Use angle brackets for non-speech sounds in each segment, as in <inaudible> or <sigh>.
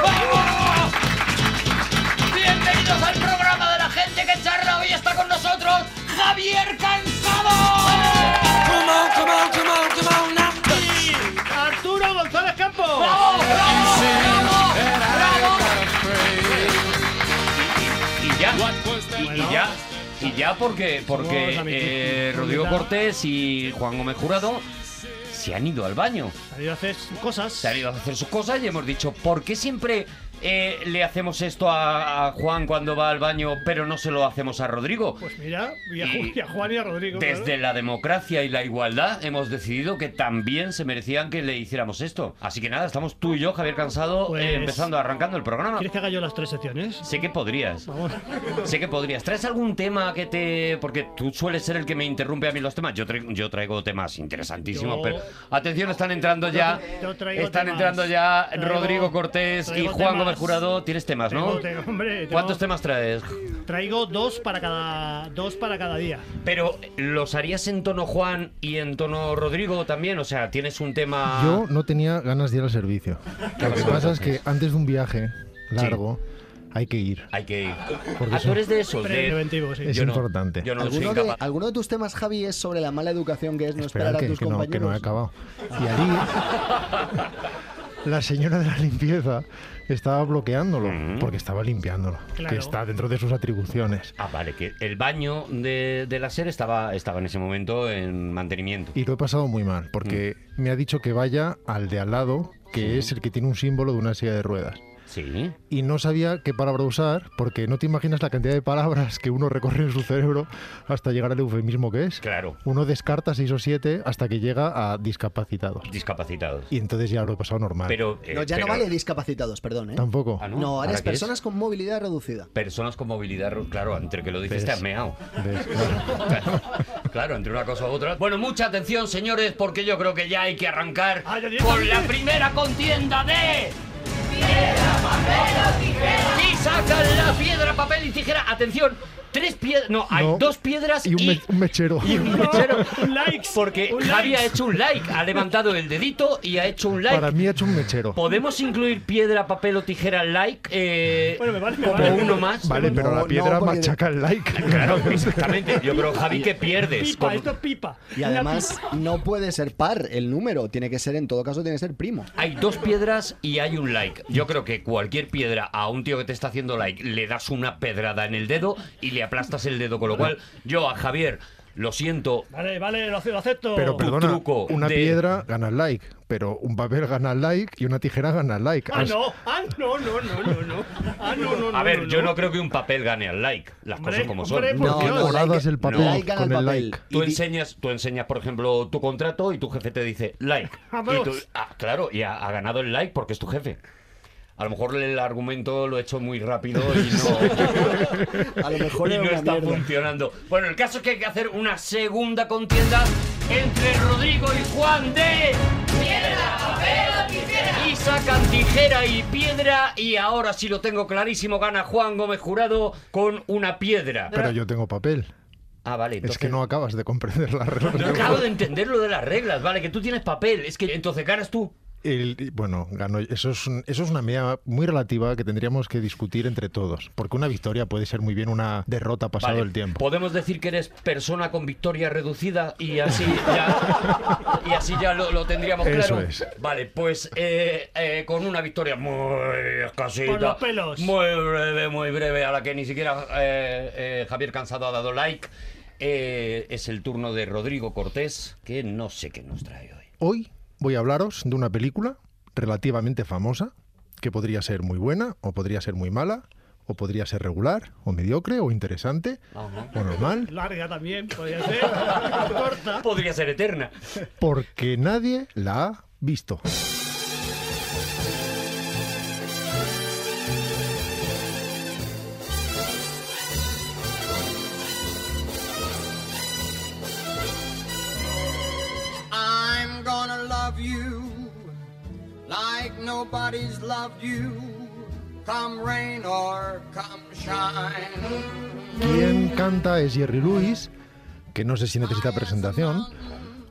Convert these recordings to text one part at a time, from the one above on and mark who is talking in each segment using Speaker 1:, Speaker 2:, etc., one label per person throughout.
Speaker 1: dragones. Bienvenidos al programa de la gente que charla. Hoy está con nosotros Javier Cansado.
Speaker 2: Come on, come on, come on, come on now.
Speaker 3: Arturo González Campos.
Speaker 1: ¡Bravo, bravo, bravo, bravo!
Speaker 4: Y ya, y, y ya, y ya porque, porque
Speaker 3: Somos amiguitos.
Speaker 4: eh, Rodrigo Cortés y Juan Gómez Jurado se han ido al baño,
Speaker 3: Ha ido a hacer sus cosas.
Speaker 4: se han ido a hacer sus cosas y hemos dicho, ¿por qué siempre eh, le hacemos esto a, a Juan cuando va al baño, pero no se lo hacemos a Rodrigo?
Speaker 3: Pues mira, y a,
Speaker 4: Y-
Speaker 3: y a Juan y a Rodrigo. claro.
Speaker 4: Desde la democracia y la igualdad hemos decidido que también se merecían que le hiciéramos esto. Así que nada, estamos tú y yo, Javier Cansado,
Speaker 3: Pues-
Speaker 4: eh, empezando, arrancando el programa.
Speaker 3: ¿Quieres que haga yo las tres secciones?
Speaker 4: Sé que podrías.
Speaker 3: Vamos.
Speaker 4: Sé que podrías. ¿Traes algún tema que te.? Porque tú sueles ser el que me interrumpe a mí los temas. Yo, traigo- yo traigo temas interesantísimos,
Speaker 3: Yo-
Speaker 4: pero. Atención, están entrando ya.
Speaker 3: Yo traigo
Speaker 4: Están
Speaker 3: temas.
Speaker 4: entrando ya
Speaker 3: Traigo-
Speaker 4: Rodrigo Cortés y
Speaker 3: traigo
Speaker 4: Juan
Speaker 3: temas.
Speaker 4: Gómez Jurado. Tienes temas, ¿no?
Speaker 3: Tengo- tengo- hombre, tengo-
Speaker 4: ¿Cuántos temas traes?
Speaker 3: Traigo dos para cada dos para cada día.
Speaker 4: Pero, ¿los harías en tono Juan y en tono Rodrigo también? O sea, tienes un tema.
Speaker 5: Yo no tenía ganas de ir al servicio. Lo que
Speaker 4: pasó
Speaker 5: pasa es que antes de un viaje largo hay que ir.
Speaker 4: Hay que ir.
Speaker 5: Porque
Speaker 4: Ah, tú
Speaker 5: son-
Speaker 4: eres de esos. de-
Speaker 3: Preventivo, sí.
Speaker 5: Es
Speaker 4: Yo no.
Speaker 5: importante.
Speaker 4: Yo no soy
Speaker 6: Alguno de,
Speaker 4: incapaz.
Speaker 6: alguno de tus temas, Javi, es sobre la mala educación que es no
Speaker 5: Espera,
Speaker 6: esperar a
Speaker 5: que,
Speaker 6: tus
Speaker 5: que no,
Speaker 6: compañeros.
Speaker 5: que no he acabado. Y allí la señora de la limpieza estaba bloqueándolo
Speaker 4: Mm.
Speaker 5: porque estaba limpiándolo,
Speaker 3: Claro.
Speaker 5: que está dentro de sus atribuciones.
Speaker 4: Ah, vale, que el baño de, de la SER estaba, estaba en ese momento en mantenimiento.
Speaker 5: Y lo he pasado muy mal porque
Speaker 4: Mm.
Speaker 5: me ha dicho que vaya al de al lado, que es el que tiene un símbolo de una silla de ruedas.
Speaker 4: Sí.
Speaker 5: y no sabía qué palabra usar porque no te imaginas la cantidad de palabras que uno recorre en su cerebro hasta llegar al eufemismo que es.
Speaker 4: Claro.
Speaker 5: Uno descarta seis o siete hasta que llega a discapacitados.
Speaker 4: Discapacitados.
Speaker 5: Y entonces ya lo he pasado normal.
Speaker 4: Pero. eh,
Speaker 6: No, ya
Speaker 4: pero-
Speaker 6: no vale discapacitados, perdón, ¿eh?
Speaker 5: Tampoco.
Speaker 4: Ah,
Speaker 6: No, ahora es
Speaker 4: qué
Speaker 6: personas con movilidad reducida.
Speaker 4: Personas con movilidad, ro- claro, entre que lo dices te
Speaker 6: Pues
Speaker 5: ¿Ves?
Speaker 4: has meado.
Speaker 5: ¿Ves? Claro.
Speaker 4: Claro, claro, entre una cosa u otra. Bueno, mucha atención, señores, porque yo creo que ya hay que arrancar
Speaker 3: Ah, ya tiene-
Speaker 4: con la primera contienda de. Piedra, papel o tijera. Y sacan la piedra, papel y tijera. Atención, tres piedras. No, hay
Speaker 5: No.
Speaker 4: dos piedras
Speaker 5: Y un, me- un mechero.
Speaker 4: <laughs> y un mechero.
Speaker 3: <laughs> Un likes,
Speaker 4: Porque
Speaker 3: un
Speaker 4: Javi
Speaker 3: likes.
Speaker 4: ha hecho un like, ha levantado el dedito y ha hecho un like.
Speaker 5: Para mí ha hecho un mechero.
Speaker 4: ¿Podemos incluir piedra, papel o tijera like? Eh,
Speaker 3: Bueno, me vale, me
Speaker 4: como
Speaker 3: vale.
Speaker 4: uno más.
Speaker 5: Vale, pero
Speaker 6: No,
Speaker 5: la
Speaker 6: no,
Speaker 5: piedra
Speaker 6: porque-
Speaker 5: machaca el like.
Speaker 4: <laughs>
Speaker 5: <laughs>
Speaker 4: Claro, exactamente. Yo creo, Javi, que pierdes.
Speaker 3: Pipa,
Speaker 4: con-
Speaker 3: esto es pipa.
Speaker 6: Y
Speaker 3: Una
Speaker 4: <laughs>
Speaker 6: además,
Speaker 3: pipa.
Speaker 6: no puede ser par el número. Tiene que ser, en todo caso, tiene que ser primo.
Speaker 4: Hay dos piedras y hay un like. Yo creo que cualquier piedra a un tío que te está haciendo like le das una pedrada en el dedo y le aplastas el dedo. Con lo cual, yo a Javier, lo siento.
Speaker 3: Vale, vale, lo, ace- lo acepto.
Speaker 5: Pero perdona,
Speaker 4: truco
Speaker 5: una
Speaker 4: de-
Speaker 5: piedra gana el like, pero un papel gana el like y una tijera gana el like.
Speaker 3: Ah,
Speaker 5: Has-
Speaker 3: no, ah, no, no, no, no, no. Ah, no, no, no.
Speaker 4: A ver,
Speaker 3: no,
Speaker 4: yo
Speaker 3: no.
Speaker 4: no creo que un papel gane al like. Las
Speaker 3: Hombre,
Speaker 4: cosas como son.
Speaker 3: hombre, ¿por
Speaker 6: No,
Speaker 3: qué
Speaker 6: no,
Speaker 3: no?
Speaker 5: Doradas
Speaker 6: like-
Speaker 5: el papel
Speaker 6: like gana
Speaker 5: con
Speaker 6: el
Speaker 5: el
Speaker 6: papel.
Speaker 5: like.
Speaker 4: Tú
Speaker 6: Y di-
Speaker 4: enseñas, tú enseñas, por ejemplo, tu contrato y tu jefe te dice like.
Speaker 3: <laughs> Vamos.
Speaker 4: Y tú- ah, claro, y ha, ha ganado el like porque es tu jefe. A lo mejor el argumento lo he hecho muy rápido y
Speaker 3: <laughs>
Speaker 4: no,
Speaker 6: A lo
Speaker 4: <laughs>
Speaker 6: mejor
Speaker 4: y
Speaker 6: era
Speaker 4: no
Speaker 6: una
Speaker 4: está
Speaker 6: mierda.
Speaker 4: funcionando. Bueno, el caso es que hay que hacer una segunda contienda entre Rodrigo y Juan de piedra, papel tijera. Y sacan tijera y piedra y ahora si lo tengo clarísimo gana Juan Gómez Jurado con una piedra.
Speaker 5: Pero yo tengo papel.
Speaker 4: Ah, vale.
Speaker 5: Es que
Speaker 4: entonces-
Speaker 5: no acabas de comprender
Speaker 4: <laughs>
Speaker 5: la
Speaker 4: no
Speaker 5: regla.
Speaker 4: acabo de entender lo de las reglas, ¿vale? Que tú tienes papel, es que entonces ganas tú.
Speaker 5: El- bueno, ganó. Eso es, un- eso es una medida muy relativa que tendríamos que discutir entre todos. Porque una victoria puede ser muy bien una derrota pasado
Speaker 4: Vale,
Speaker 5: el tiempo.
Speaker 4: Podemos decir que eres persona con victoria reducida y así
Speaker 5: <laughs>
Speaker 4: ya, y así ya lo, lo tendríamos
Speaker 5: Eso
Speaker 4: claro.
Speaker 5: es.
Speaker 4: Vale, pues eh, eh, con una victoria muy escasita.
Speaker 3: Por los pelos.
Speaker 4: Muy breve, muy breve, a la que ni siquiera eh, eh, Javier Cansado ha dado like. eh, es el turno de Rodrigo Cortés, que no sé qué nos trae hoy.
Speaker 5: Hoy voy a hablaros de una película relativamente famosa que podría ser muy buena o podría ser muy mala o podría ser regular o mediocre o interesante o normal
Speaker 3: Larga también, podría ser. Corta.
Speaker 4: Podría ser eterna.
Speaker 5: porque nadie la ha visto.
Speaker 7: like nobody's loved you. Come rain or come shine.
Speaker 5: Quien canta es Jerry Lewis, que no sé si necesita presentación,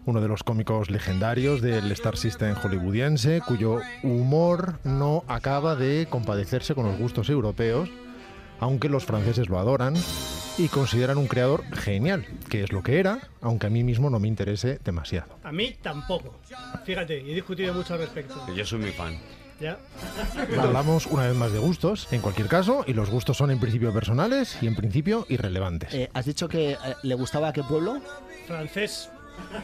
Speaker 5: uno de los cómicos legendarios del Star System hollywoodiense, cuyo humor no acaba de compadecerse con los gustos europeos, aunque los franceses lo adoran y consideran un creador genial, que es lo que era, aunque a mí mismo no me interese demasiado.
Speaker 3: A mí tampoco. Fíjate, he discutido mucho al respecto.
Speaker 4: Yo soy muy fan.
Speaker 3: ¿Ya?
Speaker 5: Hablamos una vez más de gustos, en cualquier caso, y los gustos son en principio personales y en principio irrelevantes.
Speaker 8: Eh, ¿Has dicho que eh, le gustaba a qué pueblo?
Speaker 3: Francés.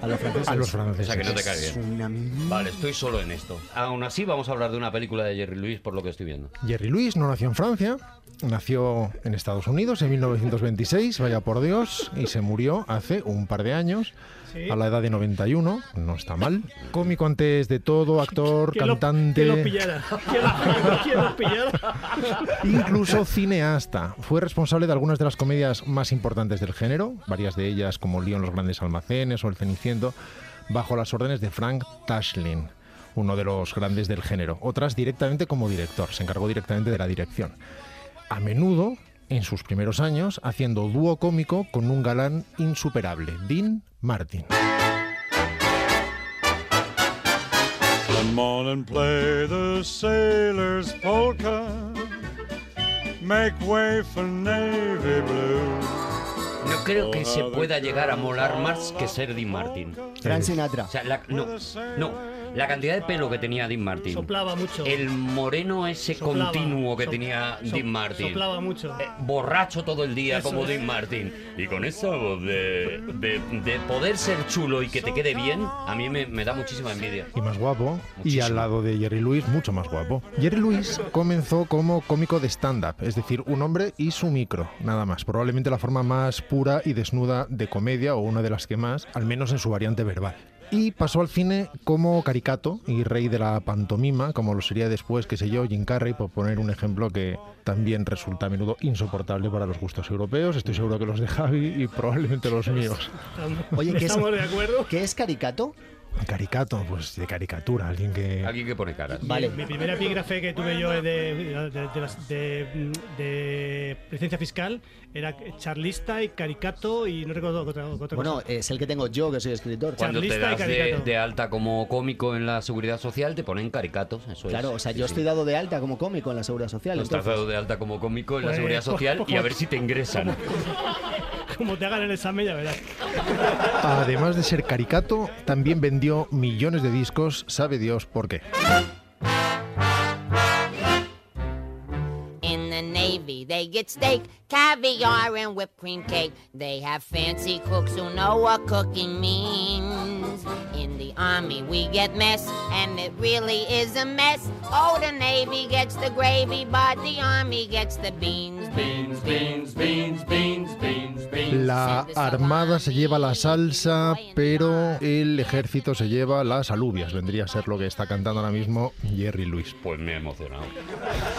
Speaker 8: A los
Speaker 6: Eh,
Speaker 8: franceses.
Speaker 5: A los
Speaker 4: O
Speaker 5: franceses.
Speaker 4: sea que no te cae
Speaker 8: Es
Speaker 4: bien.
Speaker 8: una mierda.
Speaker 4: Vale, estoy solo en esto. Aún así vamos a hablar de una película de Jerry Lewis por lo que estoy viendo.
Speaker 5: Jerry Lewis no nació en Francia, nació en Estados Unidos en 1926, vaya por Dios, y se murió hace un par de años,
Speaker 3: Sí.
Speaker 5: a la edad de 91, no está mal. Cómico antes de todo, actor,
Speaker 3: ¿Quién lo-
Speaker 5: cantante,
Speaker 3: ¿Quién lo pillara? ¿Quién lo, quién lo pillara?
Speaker 5: incluso cineasta. Fue responsable de algunas de las comedias más importantes del género, varias de ellas como Lío en los grandes almacenes o El Ceniciento, bajo las órdenes de Frank Tashlin, uno de los grandes del género. Otras directamente como director, se encargó directamente de la dirección. a menudo, en sus primeros años, haciendo dúo cómico con un galán insuperable, Dean Martin.
Speaker 9: Come on and play the sailor's polka. Make way for navy blue.
Speaker 4: No creo que se pueda llegar a molar más que ser Dean Martin.
Speaker 8: Frank Sinatra.
Speaker 4: O sea, la- no, no. La cantidad de pelo que tenía Dean Martin.
Speaker 3: Soplaba mucho.
Speaker 4: El moreno ese
Speaker 3: Soplaba.
Speaker 4: continuo que
Speaker 3: Sop-
Speaker 4: tenía
Speaker 3: sop-
Speaker 4: Dean Martin.
Speaker 3: Soplaba mucho.
Speaker 4: Eh, borracho todo el día
Speaker 3: Eso
Speaker 4: como
Speaker 3: es.
Speaker 4: Dean Martin. Y con esa voz de, de- de poder ser chulo y que te quede bien, a mí me, me da muchísima envidia.
Speaker 5: Y más guapo, y
Speaker 4: Muchísimo.
Speaker 5: al lado de Jerry Lewis, mucho más guapo. Jerry Lewis comenzó como cómico de stand-up, es decir, un hombre y su micro, nada más. Probablemente la forma más pura y desnuda de comedia, o una de las que más, al menos en su variante verbal. Y pasó al cine como caricato y rey de la pantomima, como lo sería después, qué sé yo, Jim Carrey, por poner un ejemplo que también resulta a menudo insoportable para los gustos europeos. Estoy seguro que los de Javi y probablemente los míos.
Speaker 8: Oye, ¿qué es-
Speaker 3: ¿Estamos de acuerdo?
Speaker 8: <laughs> ¿Qué es caricato?
Speaker 5: <laughs> Caricato, pues de caricatura, alguien que...
Speaker 4: Alguien que pone caras.
Speaker 8: Vale.
Speaker 3: Mi primera epígrafe que tuve yo de, de, de las- de- de licencia fiscal era charlista y caricato y no recuerdo otra, otra
Speaker 8: Bueno,
Speaker 3: cosa.
Speaker 8: es el que tengo yo, que soy escritor.
Speaker 4: Cuando te
Speaker 3: Charlista y
Speaker 4: das de,
Speaker 3: caricato.
Speaker 4: de alta como cómico en la seguridad social, te ponen caricatos. Eso es.
Speaker 8: Claro, o sea,
Speaker 4: Sí,
Speaker 8: yo
Speaker 4: sí.
Speaker 8: estoy dado de alta como cómico en la Seguridad Social.
Speaker 4: Lo estás
Speaker 8: entonces.
Speaker 4: dado de alta como cómico en la
Speaker 3: Pues,
Speaker 4: seguridad social y a ver si te ingresan.
Speaker 3: Como te hagan el examen ya verás.
Speaker 5: Además de ser caricato, también vendió millones de discos, sabe Dios por qué.
Speaker 7: In the Navy, they get steak, caviar, and whipped cream cake. They have fancy cooks who know what cooking means. In the Army, we get mess, and it really is a mess. Oh, the Navy gets the gravy, but the Army gets the beans.
Speaker 10: Beans, beans, beans, beans, beans, beans.
Speaker 5: La Armada se lleva la salsa, pero el ejército se lleva las alubias. Vendría a ser lo que está cantando ahora mismo Jerry Lewis.
Speaker 4: Pues me he emocionado.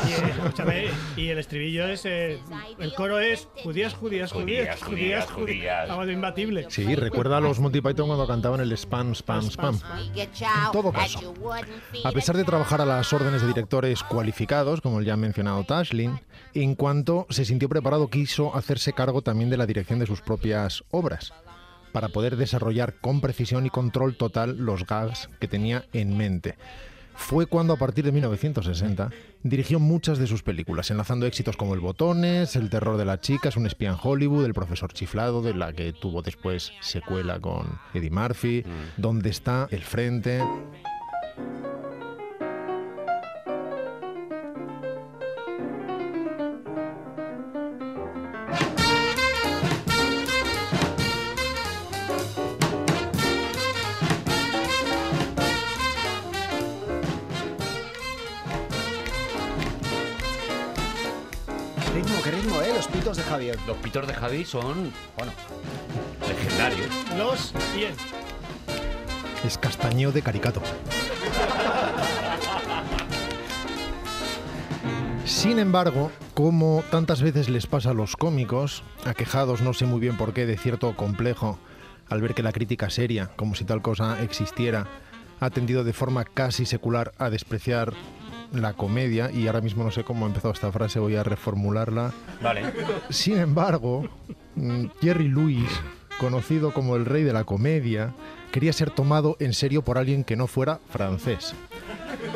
Speaker 3: Y, eh, escúchame, y el estribillo es. eh, el coro es judías, judías, judías,
Speaker 4: Judías, judías, judías.
Speaker 3: Vamos, imbatible.
Speaker 5: Sí, recuerda a los Monty Python cuando cantaban el spam, spam, spam.
Speaker 7: We get chow
Speaker 5: todo
Speaker 7: that
Speaker 5: caso,
Speaker 7: you wouldn't feed
Speaker 5: A pesar de trabajar a las órdenes de directores cualificados, como el ya mencionado Tashlin, en cuanto se sintió preparado quiso hacerse cargo también de la dirección de sus propias obras, para poder desarrollar con precisión y control total los gags que tenía en mente. Fue cuando a partir de 1960 dirigió muchas de sus películas, enlazando éxitos como El Botones, El Terror de las Chicas, Un espía en Hollywood, El Profesor Chiflado, de la que tuvo después secuela con Eddie Murphy, Dónde está el Frente,
Speaker 8: ¿Qué ritmo, qué ritmo, eh? Los pitos de Javier.
Speaker 4: Los pitos de Javi son, bueno, legendarios.
Speaker 3: Los 100.
Speaker 5: Es castañeo de caricato. Sin embargo, como tantas veces les pasa a los cómicos, aquejados no sé muy bien por qué de cierto complejo, al ver que la crítica seria, como si tal cosa existiera, ha tendido de forma casi secular a despreciar la comedia, y ahora mismo no sé cómo ha empezado esta frase, voy a reformularla.
Speaker 4: Vale.
Speaker 5: Sin embargo, mm, Jerry Lewis, conocido como el rey de la comedia, quería ser tomado en serio por alguien que no fuera francés.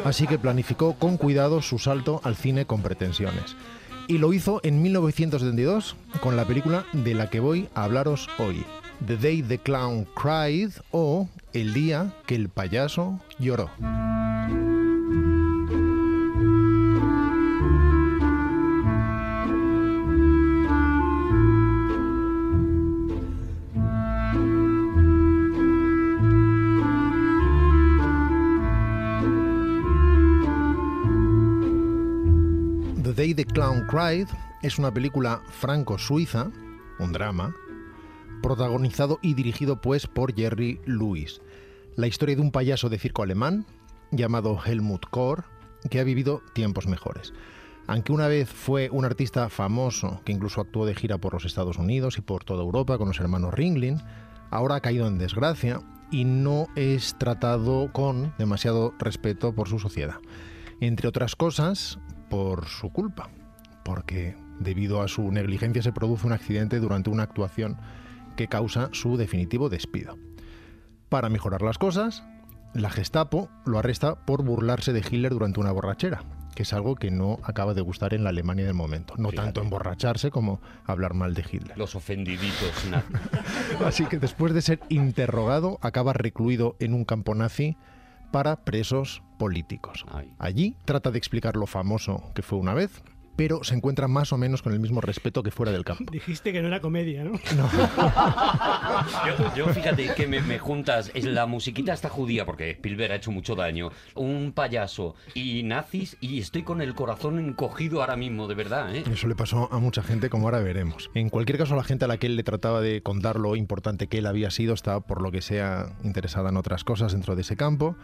Speaker 5: Así que planificó con cuidado su salto al cine con pretensiones. Y lo hizo en 1972 con la película de la que voy a hablaros hoy, The Day the Clown Cried o El día que el payaso lloró. The Day the Clown Cried es una película franco-suiza, un drama, protagonizado y dirigido pues por Jerry Lewis. La historia de un payaso de circo alemán llamado Helmut Kohr que ha vivido tiempos mejores. Aunque una vez fue un artista famoso que incluso actuó de gira por los Estados Unidos y por toda Europa con los hermanos Ringling, ahora ha caído en desgracia y no es tratado con demasiado respeto por su sociedad entre otras cosas, por su culpa, porque debido a su negligencia se produce un accidente durante una actuación que causa su definitivo despido. Para mejorar las cosas, la Gestapo lo arresta por burlarse de Hitler durante una borrachera, que es algo que no acaba de gustar en la Alemania del momento. No tanto emborracharse como hablar mal de Hitler.
Speaker 4: Los ofendiditos, Nat.
Speaker 5: Así que después de ser interrogado, acaba recluido en un campo nazi para presos políticos. Allí trata de explicar lo famoso que fue una vez, pero se encuentra más o menos con el mismo respeto que fuera del campo.
Speaker 3: Dijiste que no era comedia, ¿no?
Speaker 4: Yo, yo, fíjate que me, me juntas es la musiquita está judía porque Spielberg ha hecho mucho daño, un payaso y nazis y estoy con el corazón encogido ahora mismo, de verdad, ¿eh?
Speaker 5: Eso le pasó a mucha gente, como ahora veremos. En cualquier caso, la gente a la que él le trataba de contar lo importante que él había sido está, por lo que sea, interesada en otras cosas dentro de ese campo.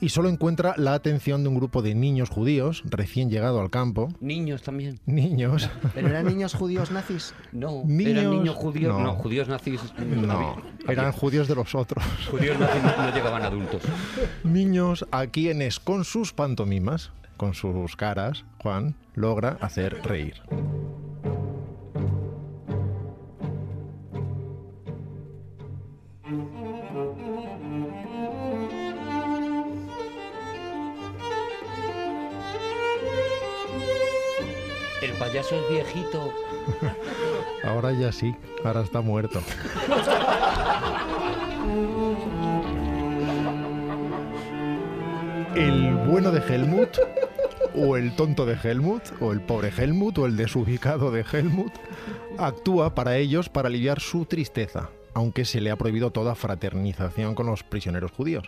Speaker 5: Y solo encuentra la atención de un grupo de niños judíos recién llegado al campo.
Speaker 4: Niños también.
Speaker 5: Niños.
Speaker 8: ¿Pero eran niños judíos nazis?
Speaker 4: No,
Speaker 5: Niños-
Speaker 4: eran niños judíos,
Speaker 5: no.
Speaker 4: no, judíos nazis
Speaker 5: No, eran judíos de los otros.
Speaker 4: Judíos nazis no, no llegaban adultos.
Speaker 5: Niños a quienes con sus pantomimas, con sus caras, Juan logra hacer reír.
Speaker 4: El payaso es viejito.
Speaker 5: Ahora ya sí, ahora está muerto. El bueno de Helmut, o el tonto de Helmut, o el pobre Helmut, o el desubicado de Helmut, actúa para ellos para aliviar su tristeza, aunque se le ha prohibido toda fraternización con los prisioneros judíos.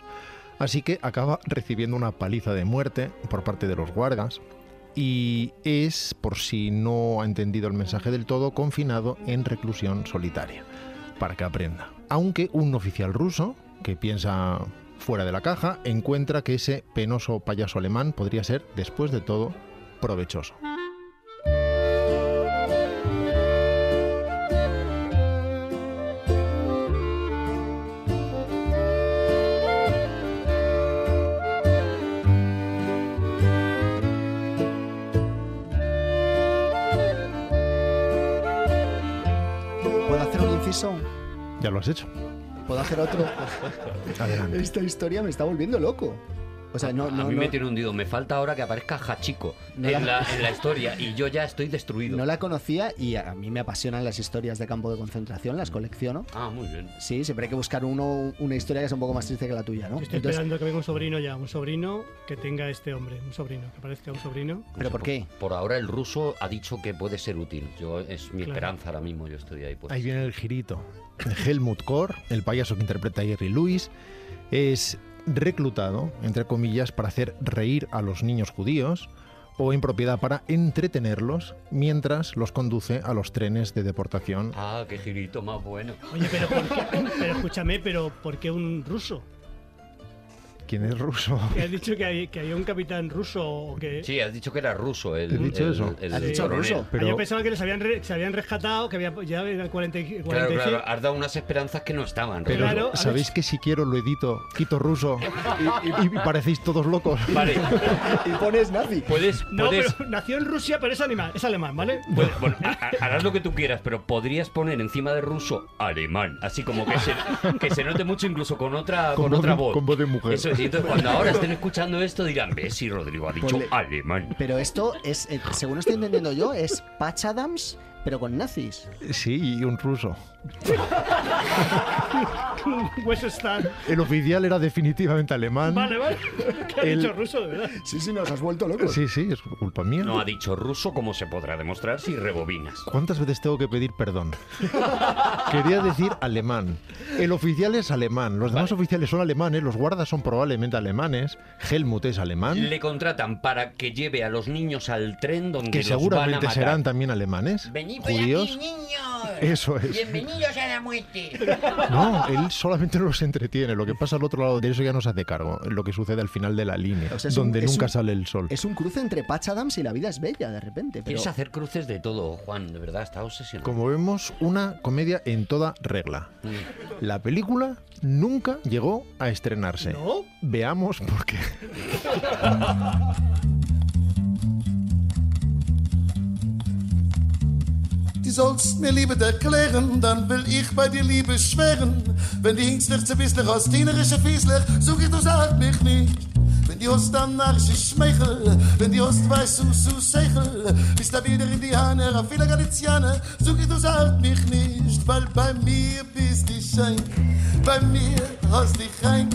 Speaker 5: Así que acaba recibiendo una paliza de muerte por parte de los guardas, y es, por si no ha entendido el mensaje del todo, confinado en reclusión solitaria, para que aprenda. Aunque un oficial ruso, que piensa fuera de la caja, encuentra que ese penoso payaso alemán podría ser, después de todo, provechoso.
Speaker 8: ¿Puedo hacer un inciso?
Speaker 5: Ya lo has hecho.
Speaker 8: ¿Puedo hacer otro? <laughs>
Speaker 5: Adelante.
Speaker 6: Eh,
Speaker 8: Esta historia me está volviendo loco. O sea, no,
Speaker 4: a
Speaker 8: no,
Speaker 4: mí
Speaker 8: no,
Speaker 4: me tiene hundido. Me falta ahora que aparezca Hachiko
Speaker 8: No
Speaker 4: en,
Speaker 8: la-
Speaker 4: la, en la historia y yo ya estoy destruido.
Speaker 8: no la conocía y a mí me apasionan las historias de campo de concentración, las colecciono.
Speaker 4: Ah, muy bien.
Speaker 8: Sí, siempre hay que buscar uno, una historia que sea un poco más triste que la tuya, ¿no?
Speaker 3: Estoy esperando que venga un sobrino ya, un sobrino que tenga este hombre, un sobrino, que parezca un sobrino.
Speaker 8: ¿Pero por qué?
Speaker 4: Pues, Por ahora el ruso ha dicho que puede ser útil. Yo es mi
Speaker 3: Claro.
Speaker 4: esperanza ahora mismo. Yo estoy ahí. Pues.
Speaker 5: Ahí viene el girito. Helmut Kohr, el payaso que interpreta a Jerry Lewis, es reclutado, entre comillas, para hacer reír a los niños judíos o en propiedad para entretenerlos mientras los conduce a los trenes de deportación.
Speaker 4: Ah, qué girito más bueno.
Speaker 3: <laughs> Oye, pero, ¿por qué? pero escúchame, pero ¿por qué un ruso?
Speaker 5: ¿Quién es ruso?
Speaker 3: Que has dicho que, hay, que había un capitán ruso o que...
Speaker 4: Sí, has dicho que era ruso. El,
Speaker 5: He dicho
Speaker 4: el-
Speaker 5: eso.
Speaker 4: el-
Speaker 5: Has
Speaker 4: el
Speaker 5: dicho
Speaker 4: coronel.
Speaker 5: ruso.
Speaker 3: Ah, yo pensaba que les habían, re- se habían rescatado, que había, ya eran 40, y- 45.
Speaker 4: Claro, Ah, claro, has dado unas esperanzas que no estaban.
Speaker 5: Pero
Speaker 4: Roberto.
Speaker 5: sabéis que si quiero lo edito, quito ruso y, y parecéis todos locos.
Speaker 4: Vale.
Speaker 8: y pones nazi.
Speaker 4: Puedes,
Speaker 3: No,
Speaker 4: puedes,
Speaker 3: pero nació en Rusia, pero es alemán, es alemán ¿vale? <laughs>
Speaker 4: puedes- <laughs> bueno, ha- ha- harás lo que tú quieras, pero podrías poner encima de ruso alemán, así como que se, que se note mucho incluso con otra con,
Speaker 5: voz
Speaker 4: otra
Speaker 5: de-
Speaker 4: voz.
Speaker 5: con voz de mujer.
Speaker 4: Eso es, y entonces cuando
Speaker 5: <laughs>
Speaker 4: ahora estén escuchando esto dirán, ves si Rodrigo ha dicho
Speaker 8: Ponle-
Speaker 4: alemán.
Speaker 8: Pero esto es, eh, según estoy entendiendo yo, es Patch Adams, pero con nazis.
Speaker 5: Sí, y un ruso.
Speaker 3: West Star.
Speaker 5: El oficial era definitivamente alemán.
Speaker 3: Pues Vale, vale. <laughs> ¿Qué ha
Speaker 5: El-
Speaker 3: dicho ruso, de verdad?
Speaker 8: Sí, sí, nos has vuelto locos.
Speaker 5: Sí, sí, es culpa mía.
Speaker 4: No ha dicho ruso, como se podrá demostrar si rebobinas.
Speaker 5: ¿Cuántas veces tengo que pedir perdón? Quería decir alemán. El oficial es alemán, los demás oficiales son alemanes, los guardas son probablemente alemanes, Helmut es alemán,
Speaker 4: Le contratan para que lleve a los niños al tren donde
Speaker 5: que
Speaker 4: los van a
Speaker 5: seguramente
Speaker 4: matar. pues,
Speaker 5: serán también alemanes,
Speaker 10: Venid por aquí,
Speaker 5: judíos.
Speaker 10: niños.
Speaker 5: Eso es.
Speaker 10: Bienvenidos a la muerte.
Speaker 5: No, él solamente los entretiene. Lo que pasa al otro lado de eso ya no se hace cargo. Lo que sucede al final de la línea,
Speaker 8: O sea, es un-
Speaker 5: donde
Speaker 8: es
Speaker 5: nunca
Speaker 8: un-
Speaker 5: sale el sol.
Speaker 8: Es un cruce entre Patch Adams y La vida es bella, de repente. Pero
Speaker 4: Quieres hacer cruces de todo, Juan, de verdad, está obsesionado.
Speaker 5: Como vemos, una comedia en toda regla.
Speaker 4: Mm.
Speaker 5: La película nunca llegó a estrenarse.
Speaker 3: ¿No?
Speaker 5: Veamos por qué.
Speaker 2: Die sollst mir liebet erklären, dann will ich bei dir Liebe schweren. Wenn die Hingstlich zu bisslich aus dienerische Fieslich, such ich, du sag mich nicht. Wenn die Host am narische Schmeichel, wenn die Host weiß, su su sechel, bist da wieder Indianer, a viele Galizianer, such ich, du sag mich nicht, weil bei mir bist du schein, bei mir hast dich rein.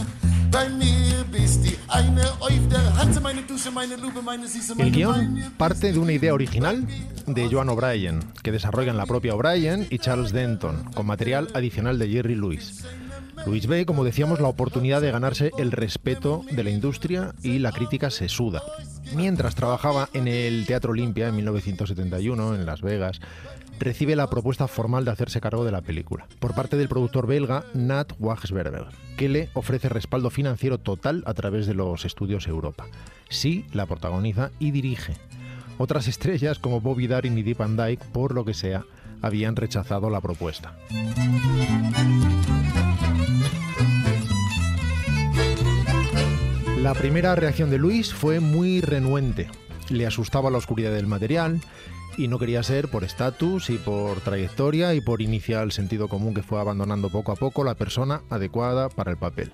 Speaker 2: Bei mir bist die eine auf der Hand, meine Dusche, meine Lube, meine Süße, meine
Speaker 5: El guión parte de una idea original de Joan O'Brien, que desarrollan la propia O'Brien y Charles Denton, con material adicional de Jerry Lewis. Luis ve, como decíamos, la oportunidad de ganarse el respeto de la industria y la crítica sesuda. Mientras trabajaba en el Teatro Olimpia en 1971 en Las Vegas, recibe la propuesta formal de hacerse cargo de la película por parte del productor belga Nat Wachsberger, que le ofrece respaldo financiero total a través de los estudios Europa. Sí, la protagoniza y dirige. Otras estrellas como Bobby Darin y Deep Van Dyke, por lo que sea, habían rechazado la propuesta. La primera reacción de Luis fue muy renuente. Le asustaba la oscuridad del material y no quería ser por estatus y por trayectoria y por inicial sentido común que fue abandonando poco a poco la persona adecuada para el papel.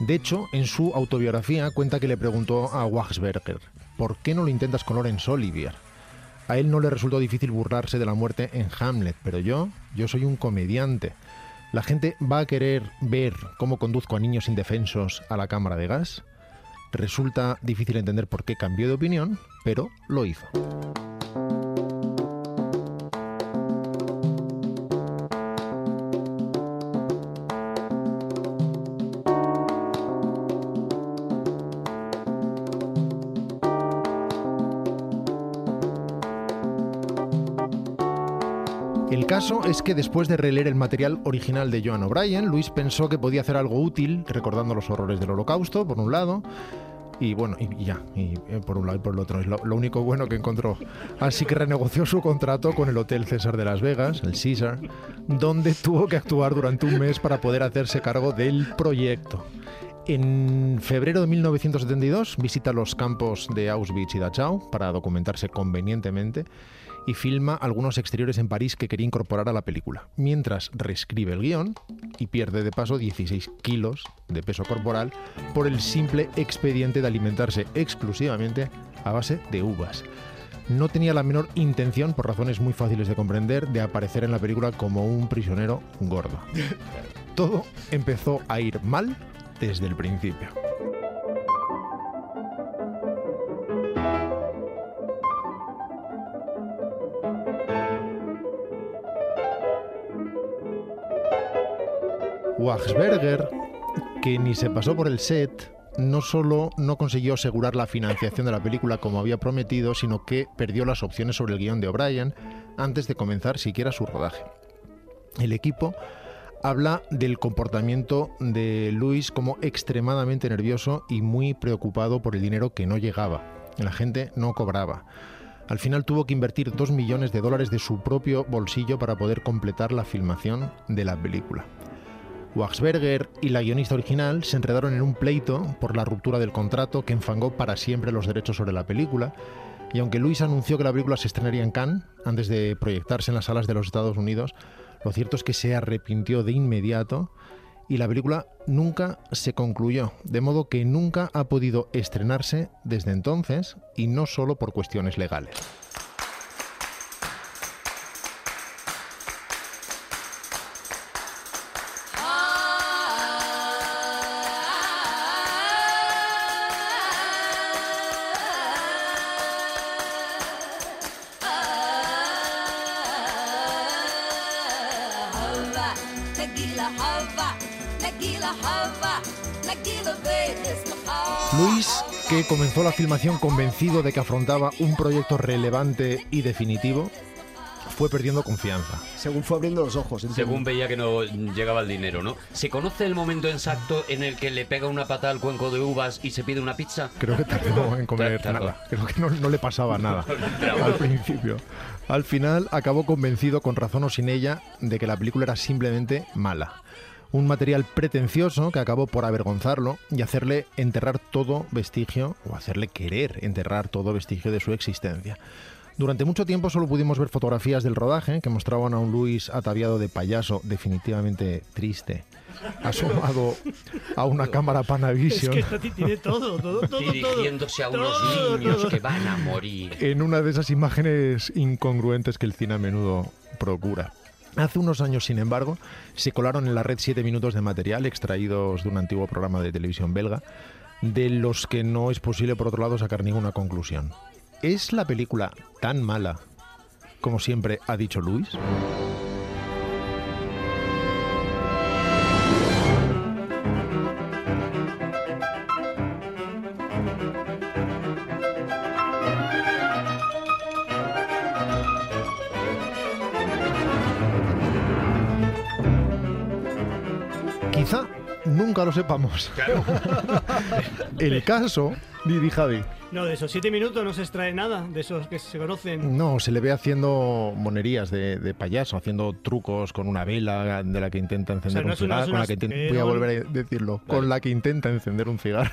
Speaker 5: De hecho, en su autobiografía cuenta que le preguntó a Wachsberger, ¿por qué no lo intentas con Laurence Olivier? A él no le resultó difícil burlarse de la muerte en Hamlet, pero yo, yo soy un comediante. ¿La gente va a querer ver cómo conduzco a niños indefensos a la cámara de gas? Resulta difícil entender por qué cambió de opinión, pero lo hizo. El caso es que después de releer el material original de Joan O'Brien, Luis pensó que podía hacer algo útil recordando los horrores del Holocausto, por un lado, y bueno, y y ya, y eh, por un lado y por el otro, es lo, lo único bueno que encontró. Así que renegoció su contrato con el Hotel César de Las Vegas, el Caesar, donde tuvo que actuar durante un mes para poder hacerse cargo del proyecto. En febrero de 1972 visita los campos de Auschwitz y Dachau para documentarse convenientemente y filma algunos exteriores en París que quería incorporar a la película, mientras reescribe el guión y pierde de paso 16 kilos de peso corporal por el simple expediente de alimentarse exclusivamente a base de uvas. No tenía la menor intención, por razones muy fáciles de comprender, de aparecer en la película como un prisionero gordo. Todo empezó a ir mal desde el principio. Wachsberger, que ni se pasó por el set, no solo no consiguió asegurar la financiación de la película como había prometido, sino que perdió las opciones sobre el guión de O'Brien antes de comenzar siquiera su rodaje. El equipo habla del comportamiento de Luis como extremadamente nervioso y muy preocupado por el dinero que no llegaba. La gente no cobraba. Al final tuvo que invertir 2 millones de dólares de su propio bolsillo para poder completar la filmación de la película. Waxberger y la guionista original se enredaron en un pleito por la ruptura del contrato que enfangó para siempre los derechos sobre la película y aunque Luis anunció que la película se estrenaría en Cannes antes de proyectarse en las salas de los Estados Unidos, lo cierto es que se arrepintió de inmediato y la película nunca se concluyó, de modo que nunca ha podido estrenarse desde entonces y no solo por cuestiones legales. Luis, que comenzó la filmación convencido de que afrontaba un proyecto relevante y definitivo, fue perdiendo confianza.
Speaker 8: Según fue abriendo los ojos. entiendo.
Speaker 4: Según veía que no llegaba el dinero, ¿no? ¿Se conoce el momento exacto en el que le pega una pata al cuenco de uvas y se pide una pizza?
Speaker 5: Creo que tardó en comer
Speaker 4: Tardó.
Speaker 5: nada. Creo que no, no le pasaba nada
Speaker 4: Bravo.
Speaker 5: al principio. Al final acabó convencido, con razón o sin ella, de que la película era simplemente mala. Un material pretencioso que acabó por avergonzarlo y hacerle enterrar todo vestigio, o hacerle querer enterrar todo vestigio de su existencia. Durante mucho tiempo solo pudimos ver fotografías del rodaje que mostraban a un Luis ataviado de payaso definitivamente triste, asomado a una cámara
Speaker 3: Es
Speaker 5: Panavision.
Speaker 3: que esta ti- tiene todo, todo, todo, todo.
Speaker 4: Dirigiéndose a unos
Speaker 3: Todo,
Speaker 4: niños
Speaker 3: todo.
Speaker 4: que van a morir.
Speaker 5: en una de esas imágenes incongruentes que el cine a menudo procura. Hace unos años, sin embargo, se colaron en la red 7 minutos de material extraídos de un antiguo programa de televisión belga, de los que no es posible, por otro lado, sacar ninguna conclusión. ¿Es la película tan mala como siempre ha dicho Luis? Quizá nunca lo sepamos. <laughs> El caso, Didi Javi.
Speaker 3: No, de esos siete minutos no se extrae nada, de esos que se conocen.
Speaker 5: No, se le ve haciendo monerías de, de payaso, haciendo trucos con una vela de la que intenta encender
Speaker 3: no
Speaker 5: un
Speaker 3: es una-
Speaker 5: cigarro,
Speaker 3: es
Speaker 5: con
Speaker 3: una-
Speaker 5: la que inten-
Speaker 3: eh,
Speaker 5: voy a
Speaker 3: no-
Speaker 5: volver a decirlo, con la que intenta encender
Speaker 3: <laughs>
Speaker 5: un cigarro.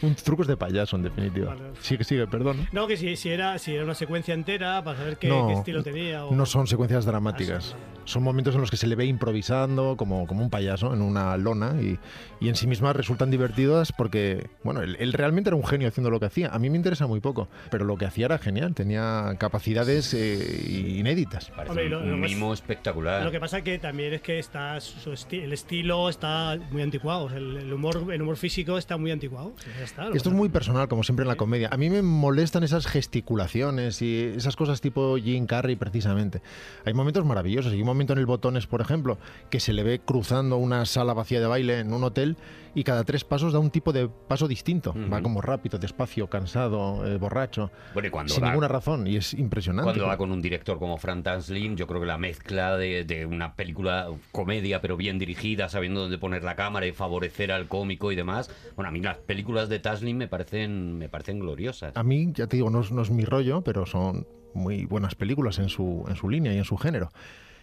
Speaker 5: un trucos de payaso en definitiva. Sigue, sigue, perdón. ¿eh?
Speaker 3: No, que si, si, era, si era una secuencia entera para saber qué,
Speaker 5: no,
Speaker 3: qué estilo tenía. O... Ah,
Speaker 5: no son secuencias dramáticas. Son momentos en los que se le ve improvisando como, como un payaso en una lona y, y en sí mismas resultan divertidas porque, bueno, él, él realmente era un genio haciendo lo que hacía. A mí me interesa muy poco, pero lo que hacía era genial, tenía capacidades eh, inéditas.
Speaker 4: Parece
Speaker 3: Hombre, lo-
Speaker 4: un
Speaker 3: lo más-
Speaker 4: mimo espectacular.
Speaker 3: Lo que pasa que también es que está su esti- el estilo está muy anticuado, o sea, el, el humor el humor físico está muy anticuado. o sea, ya está, lo
Speaker 5: Esto es muy personal, como siempre en la comedia. A mí me molestan esas gesticulaciones y esas cosas tipo Jim Carrey, precisamente. Hay momentos maravillosos. Hay un momento en el Botones, por ejemplo, que se le ve cruzando una sala vacía de baile en un hotel y cada tres pasos da un tipo de paso distinto. Va como rápido, despacio, cansado, eh, borracho.
Speaker 4: Bueno, y cuando
Speaker 5: sin
Speaker 4: da-
Speaker 5: ninguna razón. Y es impresionante.
Speaker 4: Cuando va con un director como Frank Tanslin, yo creo que la mezcla de, de una película comedia, pero bien dirigida, sabiendo dónde poner la cámara y favorecer al cómico y demás. Bueno, a mí las películas de Tanslin me parecen, me parecen gloriosas.
Speaker 5: A mí, ya te digo, no es, no es mi rollo, pero son muy buenas películas en su, en su línea y en su género.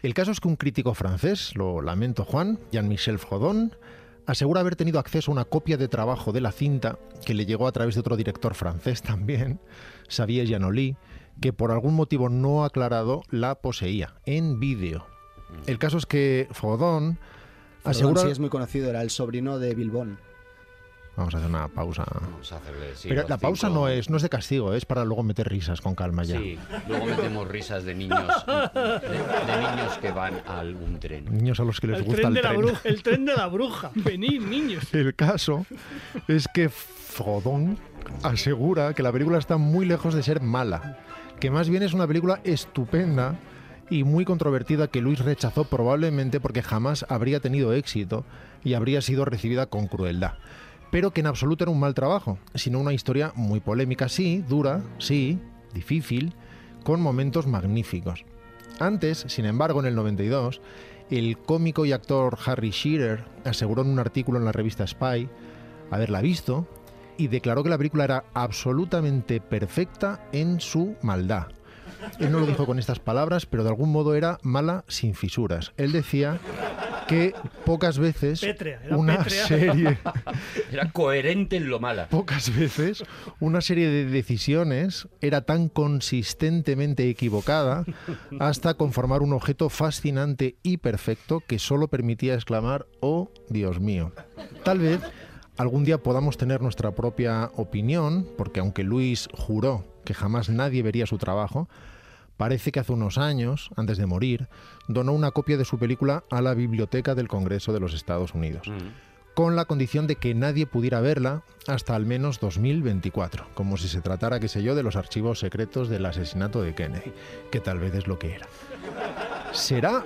Speaker 5: El caso es que un crítico francés, lo lamento Juan, Jean-Michel Frodon, asegura haber tenido acceso a una copia de trabajo de la cinta que le llegó a través de otro director francés <laughs> también, Xavier Janoli, que por algún motivo no aclarado la poseía en vídeo. El caso es que Frodon
Speaker 8: Perdón,
Speaker 5: asegura...
Speaker 8: sí, es muy conocido, era el sobrino de Bilbón.
Speaker 5: Vamos a hacer una pausa.
Speaker 4: Vamos a hacerle, sí,
Speaker 5: Pero
Speaker 4: los
Speaker 5: la pausa
Speaker 4: cinco-
Speaker 5: no es, no es de castigo, es para luego meter risas con calma ya.
Speaker 4: Sí, luego metemos risas de niños, de, de niños que van a algún tren.
Speaker 5: Niños a los que les
Speaker 3: El
Speaker 5: gusta
Speaker 3: tren,
Speaker 5: el
Speaker 3: de la
Speaker 5: tren.
Speaker 3: bruja, el tren de la bruja. Venid, niños.
Speaker 5: <laughs> El caso es que Frodón asegura que la película está muy lejos de ser mala, que más bien es una película estupenda y muy controvertida que Luis rechazó probablemente porque jamás habría tenido éxito y habría sido recibida con crueldad. Pero que en absoluto era un mal trabajo, sino una historia muy polémica, sí, dura, sí, difícil, con momentos magníficos. Antes, sin embargo, en el 92, El cómico y actor Harry Shearer aseguró en un artículo en la revista Spy haberla visto y declaró que la película era absolutamente perfecta en su maldad. Él no lo dijo con estas palabras, pero de algún modo era mala sin fisuras. Él decía que pocas veces
Speaker 3: Pétrea, era
Speaker 5: una
Speaker 3: pétrea.
Speaker 5: serie
Speaker 4: Era coherente en lo mala.
Speaker 5: pocas veces una serie de decisiones era tan consistentemente equivocada hasta conformar un objeto fascinante y perfecto que solo permitía exclamar, oh Dios mío. Tal vez algún día podamos tener nuestra propia opinión, porque aunque Luis juró que jamás nadie vería su trabajo, Parece que hace unos años, antes de morir, donó una copia de su película a la Biblioteca del Congreso de los Estados Unidos con la condición de que nadie pudiera verla hasta al menos 2024, como si se tratara, qué sé yo, de los archivos secretos del asesinato de Kennedy, que tal vez es lo que era. ¿Será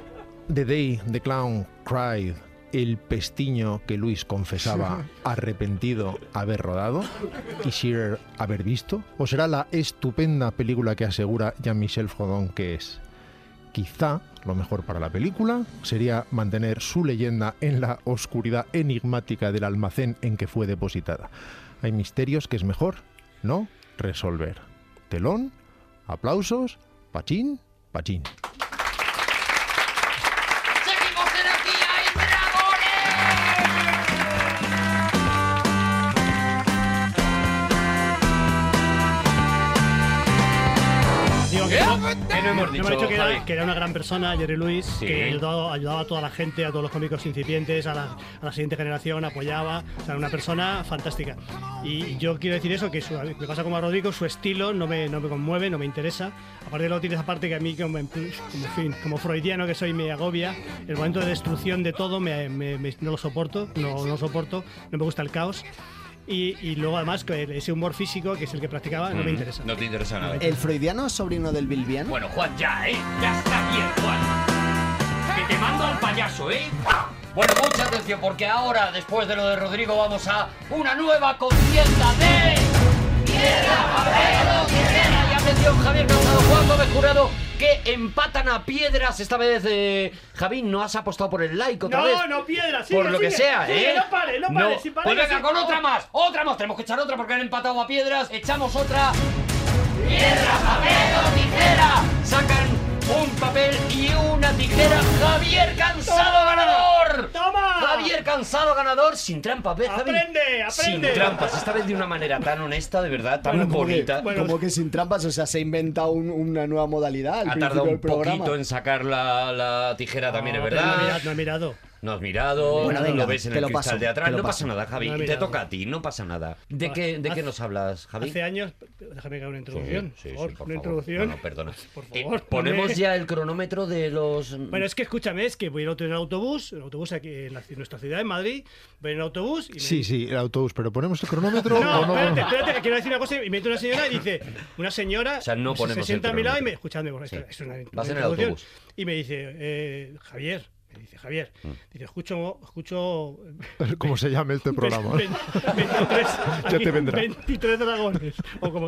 Speaker 5: The Day the Clown Cried el pestiño que Luis confesaba arrepentido haber rodado y Shearer haber visto? ¿O será la estupenda película que asegura Jean-Michel Frodon que es? Quizá lo mejor para la película sería mantener su leyenda en la oscuridad enigmática del almacén en que fue depositada. Hay misterios que es mejor no resolver. Telón, aplausos, pachín, pachín.
Speaker 3: Digo que
Speaker 10: ¿Qué?
Speaker 3: no,
Speaker 10: ¿Qué no hemos
Speaker 3: Eh, no me ha
Speaker 10: dicho,
Speaker 3: dicho que
Speaker 10: Javi?
Speaker 3: era, que era una gran persona, Jerry Lewis,
Speaker 10: Sí.
Speaker 3: que ayudaba, ayudaba a toda la gente, a todos los cómicos incipientes, a la, a la siguiente generación, apoyaba. O sea, era una persona fantástica. Y yo quiero decir eso, que su- me pasa como a Rodrigo, su estilo no me, no me conmueve, no me interesa. Aparte luego tiene esa parte que a mí, como, en- como, en fin, como freudiano que soy, me agobia. El momento de destrucción de todo me, me- me- no lo soporto, no, no lo soporto, no me gusta el caos. Y, y luego además que ese humor físico, que es el que practicaba, no me
Speaker 4: Mm,
Speaker 3: interesa.
Speaker 4: No te interesa nada.
Speaker 8: ¿El freudiano es sobrino del Bilbiano?
Speaker 10: Bueno, Juan, ya, ¿eh? Ya está bien, Juan. Que te mando al payaso, ¿eh? Bueno, mucha atención, porque ahora, después de lo de Rodrigo, vamos a una nueva contienda de... ¡Piedra, papel o tijera! Y atención, Javier Cansado, Juan Gómez Jurado, que empatan a piedras. Esta vez, eh, Javi, no has apostado por el like otra
Speaker 3: no,
Speaker 10: vez.
Speaker 3: no piedra, sigue,
Speaker 10: Por lo que
Speaker 3: sigue,
Speaker 10: sea,
Speaker 3: sigue,
Speaker 10: ¿eh?
Speaker 3: No pare, no pare, si pare.
Speaker 10: Pues
Speaker 3: que
Speaker 10: venga,
Speaker 3: sí.
Speaker 10: con otra más, otra más. Tenemos que echar otra porque han empatado a piedras. Echamos otra. Piedra, papel o tijera. Sacan un papel y una tijera. Javier Cansado ganador.
Speaker 3: ¡Toma!
Speaker 10: Javier Cansado ganador sin trampas, ¿ves, Javi?
Speaker 3: Aprende, aprende.
Speaker 10: Sin trampas, esta vez de una manera tan honesta, de verdad, tan
Speaker 8: Bueno, como que-
Speaker 10: bonita.
Speaker 8: como Que, sin trampas, o sea, se ha inventado un- una nueva modalidad al
Speaker 4: Ha
Speaker 8: principio
Speaker 4: tardado
Speaker 8: del
Speaker 4: un
Speaker 8: programa. Ah,
Speaker 4: poquito en sacar la, la tijera también, es
Speaker 3: No, pero No he
Speaker 4: verdad.
Speaker 3: mirado, no he mirado.
Speaker 4: No has mirado,
Speaker 8: Bueno,
Speaker 4: no
Speaker 8: venga,
Speaker 4: lo ves en
Speaker 8: te
Speaker 4: el
Speaker 8: lo
Speaker 4: cristal
Speaker 8: paso,
Speaker 4: de atrás.
Speaker 8: te lo
Speaker 4: No pasa
Speaker 8: paso.
Speaker 4: nada, Javi.
Speaker 3: No he
Speaker 4: te
Speaker 3: mirado.
Speaker 4: toca a ti, no pasa nada. ¿De,
Speaker 3: Vale.
Speaker 4: qué, de qué
Speaker 3: Hace-
Speaker 4: nos hablas, Javi?
Speaker 3: Hace años, déjame que haga una introducción.
Speaker 4: Sí, sí, sí, por
Speaker 3: por favor, una
Speaker 4: favor.
Speaker 3: introducción.
Speaker 4: No, no, perdona.
Speaker 3: <laughs>
Speaker 4: Eh,
Speaker 3: Por favor,
Speaker 4: ponemos
Speaker 3: dame.
Speaker 4: ya el cronómetro de los.
Speaker 3: Bueno, es que escúchame, es que voy en auto- en autobús, en autobús aquí en, la- en nuestra ciudad, en Madrid, voy en autobús y me...
Speaker 5: Sí, sí, el autobús, pero ponemos el
Speaker 3: <laughs>
Speaker 5: cronómetro
Speaker 3: No,
Speaker 5: o no.
Speaker 3: espérate, espérate, que quiero decir una cosa y me entra una señora y dice, una señora
Speaker 4: O sea, no
Speaker 3: se
Speaker 4: ponemos
Speaker 3: sienta
Speaker 4: el
Speaker 3: a mi lado y me,
Speaker 4: cronómetro.
Speaker 3: escuchadme, bueno, esto
Speaker 4: Sí.
Speaker 3: es una, una
Speaker 4: Vas en el
Speaker 3: introducción,
Speaker 4: autobús.
Speaker 3: y me dice, eh, Javier, me dice Javier,
Speaker 4: Mm.
Speaker 3: dice, escucho, escucho
Speaker 5: <laughs> ¿Cómo se llama este programa?
Speaker 3: 23,
Speaker 5: <laughs> Ya te vendrá.
Speaker 3: 23 dragones, o como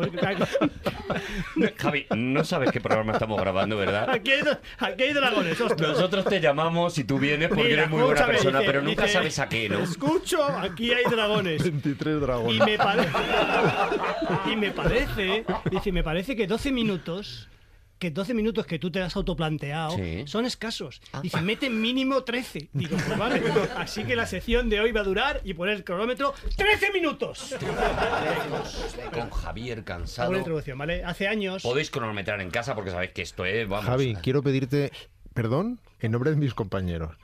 Speaker 4: Javi, no sabes qué programa estamos grabando, ¿verdad?
Speaker 3: Aquí hay, do- aquí hay dragones, ostras.
Speaker 4: Nosotros te llamamos y tú vienes porque
Speaker 3: Mira,
Speaker 4: eres muy buena
Speaker 3: escúchame,
Speaker 4: persona,
Speaker 3: dice-
Speaker 4: pero nunca
Speaker 3: dice,
Speaker 4: sabes a qué, ¿no?
Speaker 3: Escucho, aquí hay dragones.
Speaker 5: 23
Speaker 3: Y
Speaker 5: dragones.
Speaker 3: me, pare- y me parece, dice, me parece que 12 minutos, que 12 minutos que tú te has autoplanteado
Speaker 4: Sí.
Speaker 3: son escasos. Dice, mete mínimo 13. Digo, pues vale. Así que la sección de hoy va a durar y poner el cronómetro 13 minutos.
Speaker 4: Con Javier
Speaker 3: Hago
Speaker 4: cansado.
Speaker 3: una introducción, ¿vale? Hace años.
Speaker 4: Podéis cronometrar en casa porque sabéis que esto es. Vamos.
Speaker 5: Javi, quiero pedirte perdón en nombre de mis compañeros.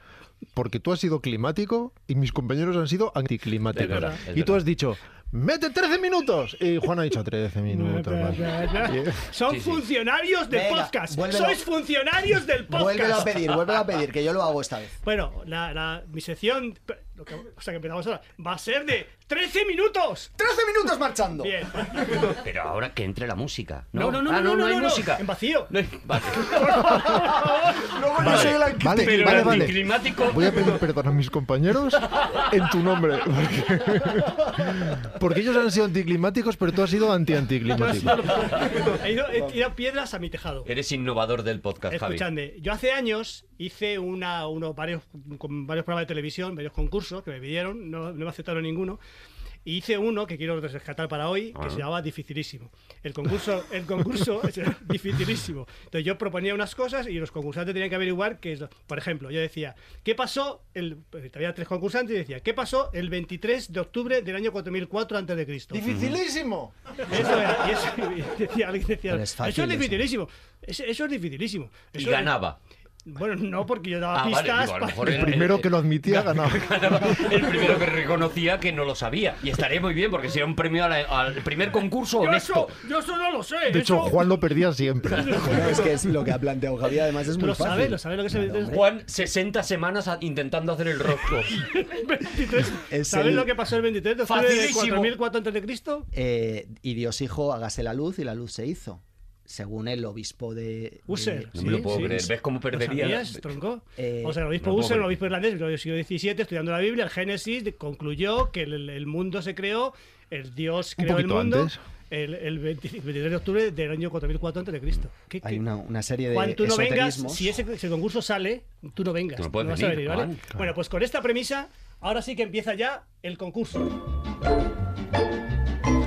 Speaker 5: Porque tú has sido climático y mis compañeros han sido anticlimáticos.
Speaker 4: Es verdad, es
Speaker 5: y tú
Speaker 4: verdad.
Speaker 5: has dicho, ¡mete 13 minutos! Y Juan ha dicho 13 minutos. vale".
Speaker 4: <laughs>
Speaker 3: Son
Speaker 4: Sí, sí.
Speaker 3: funcionarios del
Speaker 8: Venga,
Speaker 3: podcast.
Speaker 8: vuélvelo.
Speaker 3: Sois funcionarios del podcast.
Speaker 8: Vuélvelo a pedir, vuélvelo a pedir, que yo lo hago esta vez.
Speaker 3: Bueno, la, la- mi sección, lo que- o sea, que empezamos ahora, va a ser de ¡13 minutos!
Speaker 6: ¡13 minutos marchando!
Speaker 3: Bien.
Speaker 4: Pero ahora que entre la música.
Speaker 3: No,
Speaker 4: No,
Speaker 3: no, no,
Speaker 4: Ah,
Speaker 3: no, no,
Speaker 4: no, hay
Speaker 3: no, no.
Speaker 4: música.
Speaker 3: En vacío. <laughs>
Speaker 4: No hay- Vale.
Speaker 6: Luego
Speaker 5: Vale,
Speaker 6: yo soy el arquitecto.
Speaker 5: vale,
Speaker 4: Pero
Speaker 5: vale,
Speaker 4: el
Speaker 5: vale.
Speaker 4: anticlimático-
Speaker 5: Voy a pedir perdón a mis compañeros en tu nombre. Porque, <laughs> porque ellos han sido anticlimáticos, pero tú has sido anti-anticlimático.
Speaker 3: He ido- he tirado piedras a mi tejado.
Speaker 4: Eres innovador del podcast, Javi.
Speaker 3: Escuchadme, yo hace años hice una, uno, varios, con varios programas de televisión, varios concursos que me pidieron, no, no me aceptaron ninguno. Y hice uno que quiero rescatar para hoy, que
Speaker 4: Ah.
Speaker 3: se llamaba Dificilísimo. El concurso,
Speaker 4: <laughs>
Speaker 3: el concurso es dificilísimo. Entonces yo proponía unas cosas y los concursantes tenían que averiguar que, es lo- por ejemplo, yo decía, ¿qué pasó? El, pues, había tres concursantes y decía, ¿qué pasó el 23 de octubre del año 4004 antes de Cristo?
Speaker 6: ¡Dificilísimo!
Speaker 3: Eso era, y eso, y decía, alguien decía,
Speaker 4: Pero es fácil
Speaker 3: eso es
Speaker 4: eso".
Speaker 3: dificilísimo. Eso, eso es dificilísimo.
Speaker 4: Y
Speaker 3: Eso es-
Speaker 4: ganaba. <laughs>
Speaker 3: bueno, no, porque yo daba
Speaker 4: Ah, vale, digo,
Speaker 3: pistas.
Speaker 4: a lo
Speaker 3: para-
Speaker 4: mejor
Speaker 5: El primero que lo admitía ganaba.
Speaker 4: El primero que reconocía que no lo sabía. Y estaría muy bien, porque sería un premio a la- al primer concurso
Speaker 3: Yo eso,
Speaker 4: honesto.
Speaker 3: yo eso no lo sé.
Speaker 5: De hecho,
Speaker 3: eso-
Speaker 5: Juan lo perdía siempre.
Speaker 6: Bueno, es que es lo que ha planteado Javier, además es
Speaker 3: Tú
Speaker 6: muy
Speaker 3: lo
Speaker 6: fácil.
Speaker 3: sabes, lo sabes lo que se
Speaker 4: Juan, 60 semanas a- intentando hacer el rosco.
Speaker 6: Es
Speaker 3: ¿Sabes
Speaker 6: el-
Speaker 3: lo que pasó el 23 de octubre de
Speaker 4: Facilísimo.
Speaker 3: 4004 antes de Cristo?
Speaker 6: Eh, y Dios hijo, hágase la luz y la luz se hizo. Según el obispo de...
Speaker 3: User.
Speaker 6: de-
Speaker 4: No me lo puedo creer. ¿Ves cómo
Speaker 3: ¿Lo
Speaker 4: perdería?
Speaker 3: sabías, tronco?
Speaker 6: Eh,
Speaker 3: o sea, el obispo
Speaker 4: no puedo
Speaker 3: Husserl, el
Speaker 4: creer.
Speaker 3: obispo irlandés, del siglo XVII, estudiando la Biblia, el Génesis, de- concluyó que el, el mundo se creó, el Dios
Speaker 5: Un
Speaker 3: creó el
Speaker 5: poquito
Speaker 3: mundo.
Speaker 5: antes.
Speaker 3: El, el 20 23 de octubre del año 4004 antes de Cristo. ¿Qué-
Speaker 6: Hay
Speaker 3: qué-
Speaker 6: una, una serie de
Speaker 3: Juan, tú no vengas.
Speaker 6: esoterismos.
Speaker 3: Si ese, ese concurso sale, tú no vengas.
Speaker 4: Tú no puedes
Speaker 3: vas a
Speaker 4: venir,
Speaker 3: venir, ¿vale?
Speaker 4: Juan, claro.
Speaker 3: Bueno, pues con esta premisa, ahora sí que empieza ya el concurso.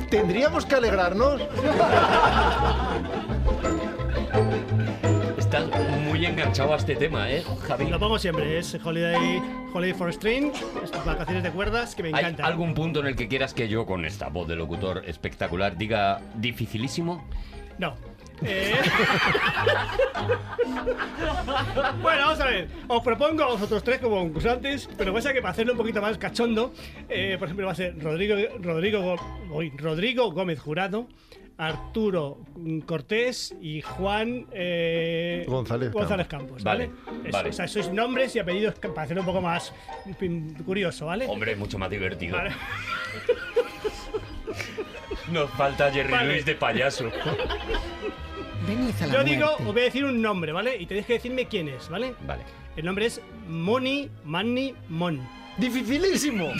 Speaker 5: Tendríamos que alegrarnos.
Speaker 4: Estás muy enganchado a este tema, ¿eh, Javi?
Speaker 3: Lo pongo siempre, es Holiday, Holiday for String, estas vacaciones de cuerdas que me
Speaker 4: ¿Hay
Speaker 3: encantan.
Speaker 4: algún punto en el que quieras que yo, con esta voz de locutor espectacular, diga dificilísimo?
Speaker 3: No. Eh, <laughs> bueno, vamos a ver. Os propongo a vosotros tres como concursantes, pero pasa que para hacerlo un poquito más cachondo, eh, por ejemplo, va a ser Rodrigo, Rodrigo, Go- uy, Rodrigo Gómez Jurado, Arturo mm, Cortés y Juan eh,
Speaker 5: González
Speaker 3: Campos.
Speaker 4: Vale,
Speaker 3: ¿vale? Es-
Speaker 4: vale.
Speaker 3: O sea, sois nombres y apellidos que- para hacerlo un poco más mm, curioso, ¿vale?
Speaker 4: Hombre, es mucho más divertido.
Speaker 3: Vale.
Speaker 4: Nos falta Jerry
Speaker 3: Vale.
Speaker 4: Luis de
Speaker 3: <laughs>
Speaker 4: payaso.
Speaker 11: Venid a la
Speaker 3: Yo digo,
Speaker 11: muerte.
Speaker 3: os voy a decir un nombre, ¿vale? Y tenéis que decirme quién es, ¿vale?
Speaker 4: Vale.
Speaker 3: El nombre es Moni Manni Mon.
Speaker 6: ¡Dificilísimo!
Speaker 3: <laughs>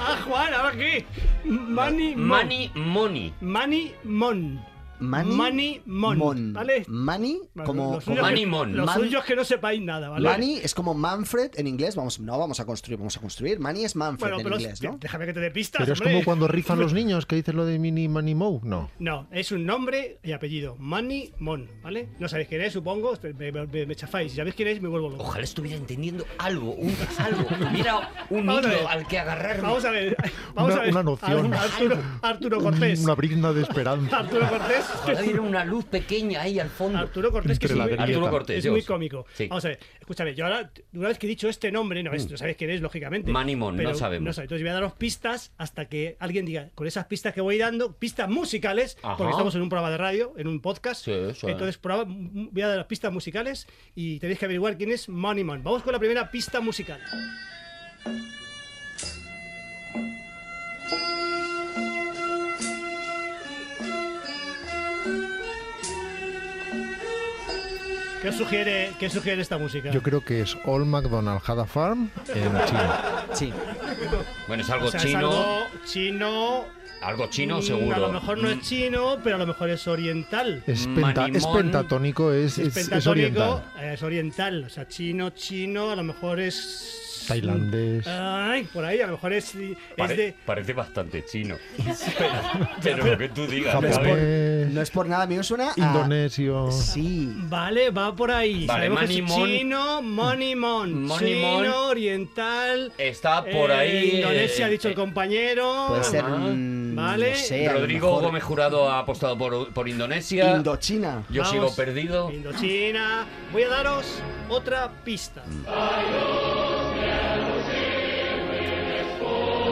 Speaker 3: Ah, Juan, ahora qué. Manny Mon.
Speaker 4: Money, money.
Speaker 3: Manny Mon.
Speaker 6: Mani,
Speaker 3: Mani Mon, ¿vale?
Speaker 6: Mani, como...
Speaker 3: Los
Speaker 6: como-
Speaker 3: suyos
Speaker 4: Manny
Speaker 3: que-
Speaker 4: Mon.
Speaker 3: Los
Speaker 6: Man-
Speaker 3: suyos que no sepáis nada, ¿vale?
Speaker 6: Mani es como Manfred en inglés. Vamos, no vamos a construir, vamos a construir. Mani es Manfred
Speaker 3: Bueno,
Speaker 6: en
Speaker 3: pero
Speaker 6: inglés, ¿no?
Speaker 3: déjame que te dé pistas.
Speaker 5: Pero es
Speaker 3: hombre.
Speaker 5: como cuando
Speaker 3: <laughs>
Speaker 5: rifan los niños, que dicen lo de Mini Money Mo. No.
Speaker 3: No, es un nombre y apellido. Manny Mon, ¿vale? No sabéis quién es, supongo. Me, me- me chafáis. Si sabéis quién es, me vuelvo loco.
Speaker 4: Ojalá estuviera entendiendo algo, un, algo. Mira, un
Speaker 3: Vamos a ver.
Speaker 4: hilo al que agarrarme.
Speaker 3: Vamos a ver. Vamos
Speaker 5: Una-
Speaker 3: a ver.
Speaker 5: una noción.
Speaker 3: Arturo, Arturo Cortés.
Speaker 5: Una brizna de
Speaker 3: <laughs>
Speaker 5: esperanza.
Speaker 3: Arturo Cortés.
Speaker 4: Ojalá hubiera una luz pequeña ahí al fondo.
Speaker 3: Arturo Cortés, que es
Speaker 5: Entre la
Speaker 3: muy-
Speaker 5: grieta.
Speaker 4: Arturo Cortés,
Speaker 3: es
Speaker 4: Dios.
Speaker 3: muy cómico.
Speaker 4: Sí.
Speaker 3: Vamos a ver, escúchame, yo ahora, una vez que he dicho este nombre, no, es, no sabéis quién es, lógicamente.
Speaker 4: Manimón, no
Speaker 3: pero
Speaker 4: sabemos.
Speaker 3: No Entonces voy a daros pistas hasta que alguien diga, con esas pistas que voy dando, pistas musicales,
Speaker 4: Ajá.
Speaker 3: porque estamos en un programa de radio, en un podcast.
Speaker 4: Sí, sí.
Speaker 3: Entonces proba- m- voy a dar las pistas musicales y tenéis que averiguar quién es Manimón. Vamos con la primera pista musical. ¿Qué os sugiere, qué os sugiere esta música?
Speaker 5: Yo creo que es All McDonald Hada Farm <laughs> en China.
Speaker 6: Sí.
Speaker 4: Bueno, es algo
Speaker 3: O sea, es
Speaker 4: chino. algo...
Speaker 3: algo
Speaker 4: chino,
Speaker 3: chino. mm,
Speaker 4: seguro.
Speaker 3: A lo mejor no
Speaker 4: Mm,
Speaker 3: es chino, pero a lo mejor es oriental.
Speaker 5: Es, penta- es
Speaker 4: Manimón.
Speaker 5: pentatónico, es, es, es
Speaker 3: pentatónico,
Speaker 5: oriental.
Speaker 3: eh, es oriental, o sea, chino, chino, a lo mejor es...
Speaker 5: Tailandés.
Speaker 3: Ay, por ahí, a lo mejor es, es
Speaker 4: pare-
Speaker 3: de...
Speaker 4: Parece bastante
Speaker 3: <laughs>
Speaker 4: chino. pero, pero lo que tú digas,
Speaker 5: Japonés.
Speaker 4: ¿sabes?
Speaker 6: No es por nada, a mí me suena a...
Speaker 5: eh, ah. Indonesio.
Speaker 6: Sí.
Speaker 3: Vale, va por ahí.
Speaker 4: Vale,
Speaker 3: Sabemos que es
Speaker 4: Manimón.
Speaker 3: chino, monimon,
Speaker 4: Monimon.
Speaker 3: chino, oriental...
Speaker 4: Está por
Speaker 3: eh,
Speaker 4: ahí.
Speaker 3: Indonesia, ha
Speaker 4: eh,
Speaker 3: dicho el
Speaker 4: eh,
Speaker 3: compañero.
Speaker 6: Puede ser...
Speaker 4: Ajá.
Speaker 6: mm,
Speaker 3: Vale.
Speaker 6: no sé, a lo
Speaker 4: Rodrigo
Speaker 6: mejor
Speaker 4: Gómez Jurado ha apostado por, por Indonesia.
Speaker 6: Indochina.
Speaker 4: Yo
Speaker 3: Vamos.
Speaker 4: sigo perdido.
Speaker 3: Ah, Indochina. Voy a daros otra pista.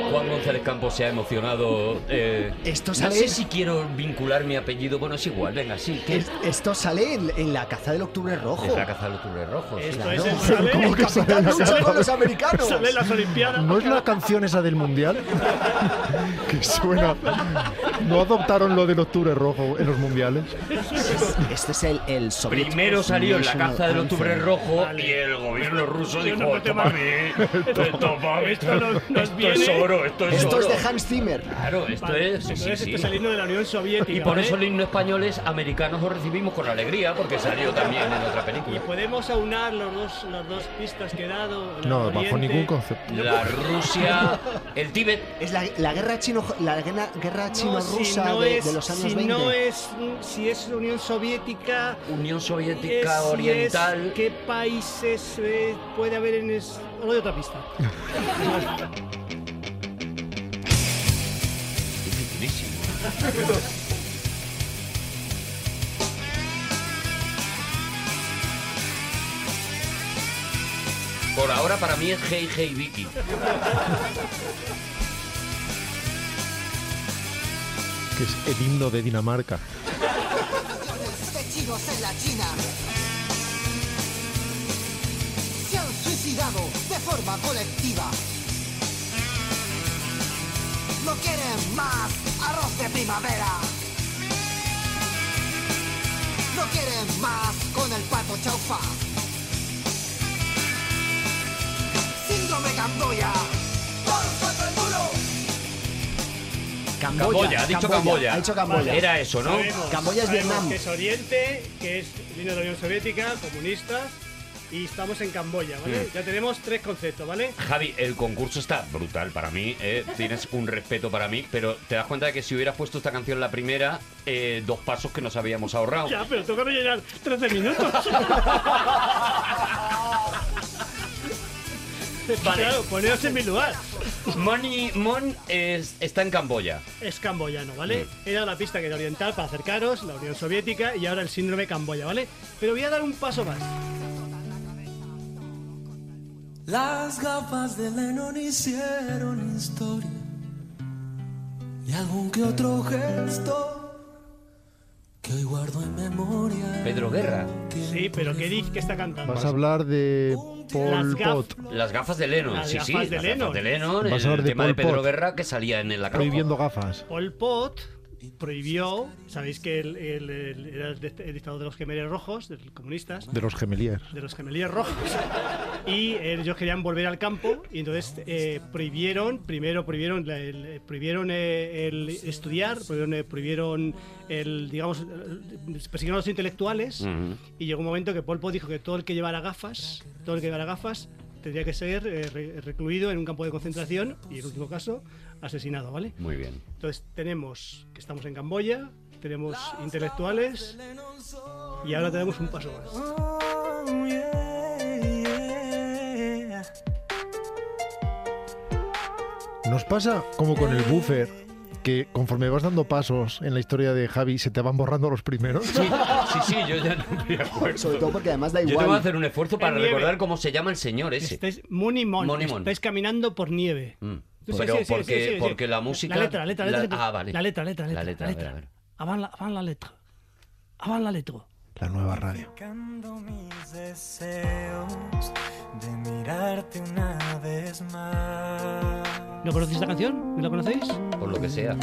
Speaker 4: Juan González Campos se ha emocionado. eh,
Speaker 6: Esto
Speaker 4: no
Speaker 6: sale-
Speaker 4: sé si quiero vincular mi apellido. Bueno, es igual, venga, sí. ¿qué?
Speaker 6: Es- Esto sale en, en la caza del octubre rojo.
Speaker 4: Es la caza del octubre rojo. sí.
Speaker 6: Claro.
Speaker 4: Claro.
Speaker 6: Pero ¿Cómo que sale en la
Speaker 3: lucha
Speaker 6: caza
Speaker 3: con
Speaker 6: del-
Speaker 3: los americanos. Sale en las Olimpiadas.
Speaker 5: ¿No es la canción esa del mundial? <laughs> que suena. No adoptaron lo del octubre rojo en los mundiales.
Speaker 6: Este es el, el Soviet
Speaker 4: Primero salió la
Speaker 6: National
Speaker 4: caza del octubre
Speaker 6: Anthem.
Speaker 4: rojo y el gobierno ruso
Speaker 3: Yo
Speaker 4: dijo,
Speaker 3: no te
Speaker 4: toma
Speaker 3: mar-
Speaker 4: a mí, toma a mí,
Speaker 3: Esto no- no
Speaker 4: esto es
Speaker 3: viene.
Speaker 4: oro, esto es
Speaker 6: Esto
Speaker 4: oro.
Speaker 6: es de Hans Zimmer.
Speaker 4: Claro, esto
Speaker 3: Vale,
Speaker 4: es... Sí,
Speaker 3: entonces este
Speaker 4: sí,
Speaker 3: esto
Speaker 4: sí.
Speaker 3: está saliendo de la Unión Soviética.
Speaker 4: Y por
Speaker 3: ¿vale?
Speaker 4: eso el himno español es americanos lo recibimos con alegría porque salió también en otra película.
Speaker 3: Podemos aunar los dos, las dos pistas que he dado. la
Speaker 5: No,
Speaker 3: de
Speaker 5: bajo
Speaker 3: Oriente.
Speaker 5: ningún concepto.
Speaker 4: La Rusia, el Tíbet.
Speaker 6: Es la, la guerra chino la guerra, guerra chino-rusa
Speaker 3: si no
Speaker 6: de,
Speaker 3: es-
Speaker 6: de los años
Speaker 3: si
Speaker 6: 20.
Speaker 3: No es, si es Unión Soviética,
Speaker 4: Unión
Speaker 3: es-
Speaker 4: Soviética
Speaker 3: si es-
Speaker 4: Oriental.
Speaker 3: ¿Qué países eh, puede haber en es... Os doy otra pista.
Speaker 4: Dificilísimo. Por ahora para mí es Hey Hey Vicky.
Speaker 5: Que es el himno de Dinamarca.
Speaker 12: chinos Este en la China se han suicidado de forma colectiva. No quieren más arroz de primavera. No quieren más con el pato chaufa. Síndrome Camboya. Todos contra el muro.
Speaker 6: Camboya,
Speaker 4: Camboya, ha dicho Camboya.
Speaker 6: Ha dicho Camboya.
Speaker 4: Era eso, ¿no?
Speaker 3: Sabemos,
Speaker 6: Camboya es
Speaker 3: sabemos
Speaker 6: Vietnam.
Speaker 3: Que es Oriente, que es línea de la Unión Soviética, comunista, y estamos en Camboya, ¿vale?
Speaker 4: Mm.
Speaker 3: Ya tenemos tres conceptos, ¿vale?
Speaker 4: Javi, el concurso está brutal para mí. eh, Tienes un respeto para mí, pero te das cuenta de que si hubieras puesto esta canción la primera, eh, dos pasos que nos habíamos ahorrado.
Speaker 3: Ya, pero tengo que rellenar 13
Speaker 5: <laughs>
Speaker 3: minutos.
Speaker 4: Vale.
Speaker 3: Claro, poneos en mi lugar.
Speaker 4: Money Mon es- está en Camboya.
Speaker 3: Es camboyano, ¿vale?
Speaker 5: Mm.
Speaker 3: Era la pista que era oriental para acercaros, la Unión Soviética y ahora el síndrome Camboya, ¿vale? Pero voy a dar un paso más.
Speaker 13: Las gafas de Lennon hicieron historia y algún que otro gesto que hoy guardo en memoria.
Speaker 4: Pedro Guerra.
Speaker 3: Sí, pero ¿qué dices que está cantando?
Speaker 5: Vas a hablar de
Speaker 3: Las
Speaker 5: Pol
Speaker 3: gaf-
Speaker 5: Pot.
Speaker 4: Las gafas de Lennon,
Speaker 3: Las
Speaker 4: sí, sí.
Speaker 3: gafas de
Speaker 4: las
Speaker 3: Lennon.
Speaker 4: gafas de Lennon.
Speaker 5: Vas a hablar
Speaker 4: El
Speaker 5: de
Speaker 4: tema de
Speaker 5: Pol
Speaker 4: Pedro
Speaker 5: Pot.
Speaker 4: Guerra que salía en la
Speaker 5: Prohibiendo gafas.
Speaker 3: Pol Pot prohibió, sabéis que él, él- él era el, dict- el dictador de los gemelos rojos, de los comunistas,
Speaker 5: De los gemeliers.
Speaker 3: de los gemelíes rojos, y eh, ellos querían volver al campo y entonces eh, prohibieron, primero prohibieron, la- el, prohibieron eh, el estudiar, prohibieron, eh, prohibieron el, digamos, el- persiguieron a los intelectuales y llegó un momento que Pol Pot dijo que todo el que llevara gafas, todo el que llevara gafas tendría que ser eh, re- recluido en un campo de concentración y en último caso asesinado, ¿vale?
Speaker 4: Muy bien.
Speaker 3: Entonces tenemos que estamos en Camboya, tenemos intelectuales y ahora tenemos un paso más.
Speaker 5: Nos pasa como con el buffer, que conforme vas dando pasos en la historia de Javi, se te van borrando los primeros.
Speaker 4: Sí, sí, sí, yo ya no me acuerdo.
Speaker 6: Sobre todo porque además da
Speaker 4: Yo
Speaker 6: igual.
Speaker 4: tengo que hacer un esfuerzo para
Speaker 3: En nieve. Este-
Speaker 4: recordar cómo se llama el señor ese.
Speaker 3: Estáis Monimon,
Speaker 4: Money Mon.
Speaker 3: estáis caminando por nieve.
Speaker 4: Mm.
Speaker 3: Sí, sí,
Speaker 4: Pero
Speaker 3: sí, sí,
Speaker 4: porque,
Speaker 3: sí, sí.
Speaker 4: porque la música.
Speaker 3: La letra, la letra, la letra.
Speaker 4: Ah, vale.
Speaker 3: La letra, la letra, la
Speaker 4: La
Speaker 3: letra,
Speaker 4: letra,
Speaker 3: la
Speaker 4: a ver, a ver.
Speaker 3: Avant la, avant la letra. Avant la letra.
Speaker 5: La nueva radio.
Speaker 14: mis deseos de mirarte una vez más.
Speaker 3: ¿No conocéis esta canción? ¿No la conocéis?
Speaker 4: Por lo que sea.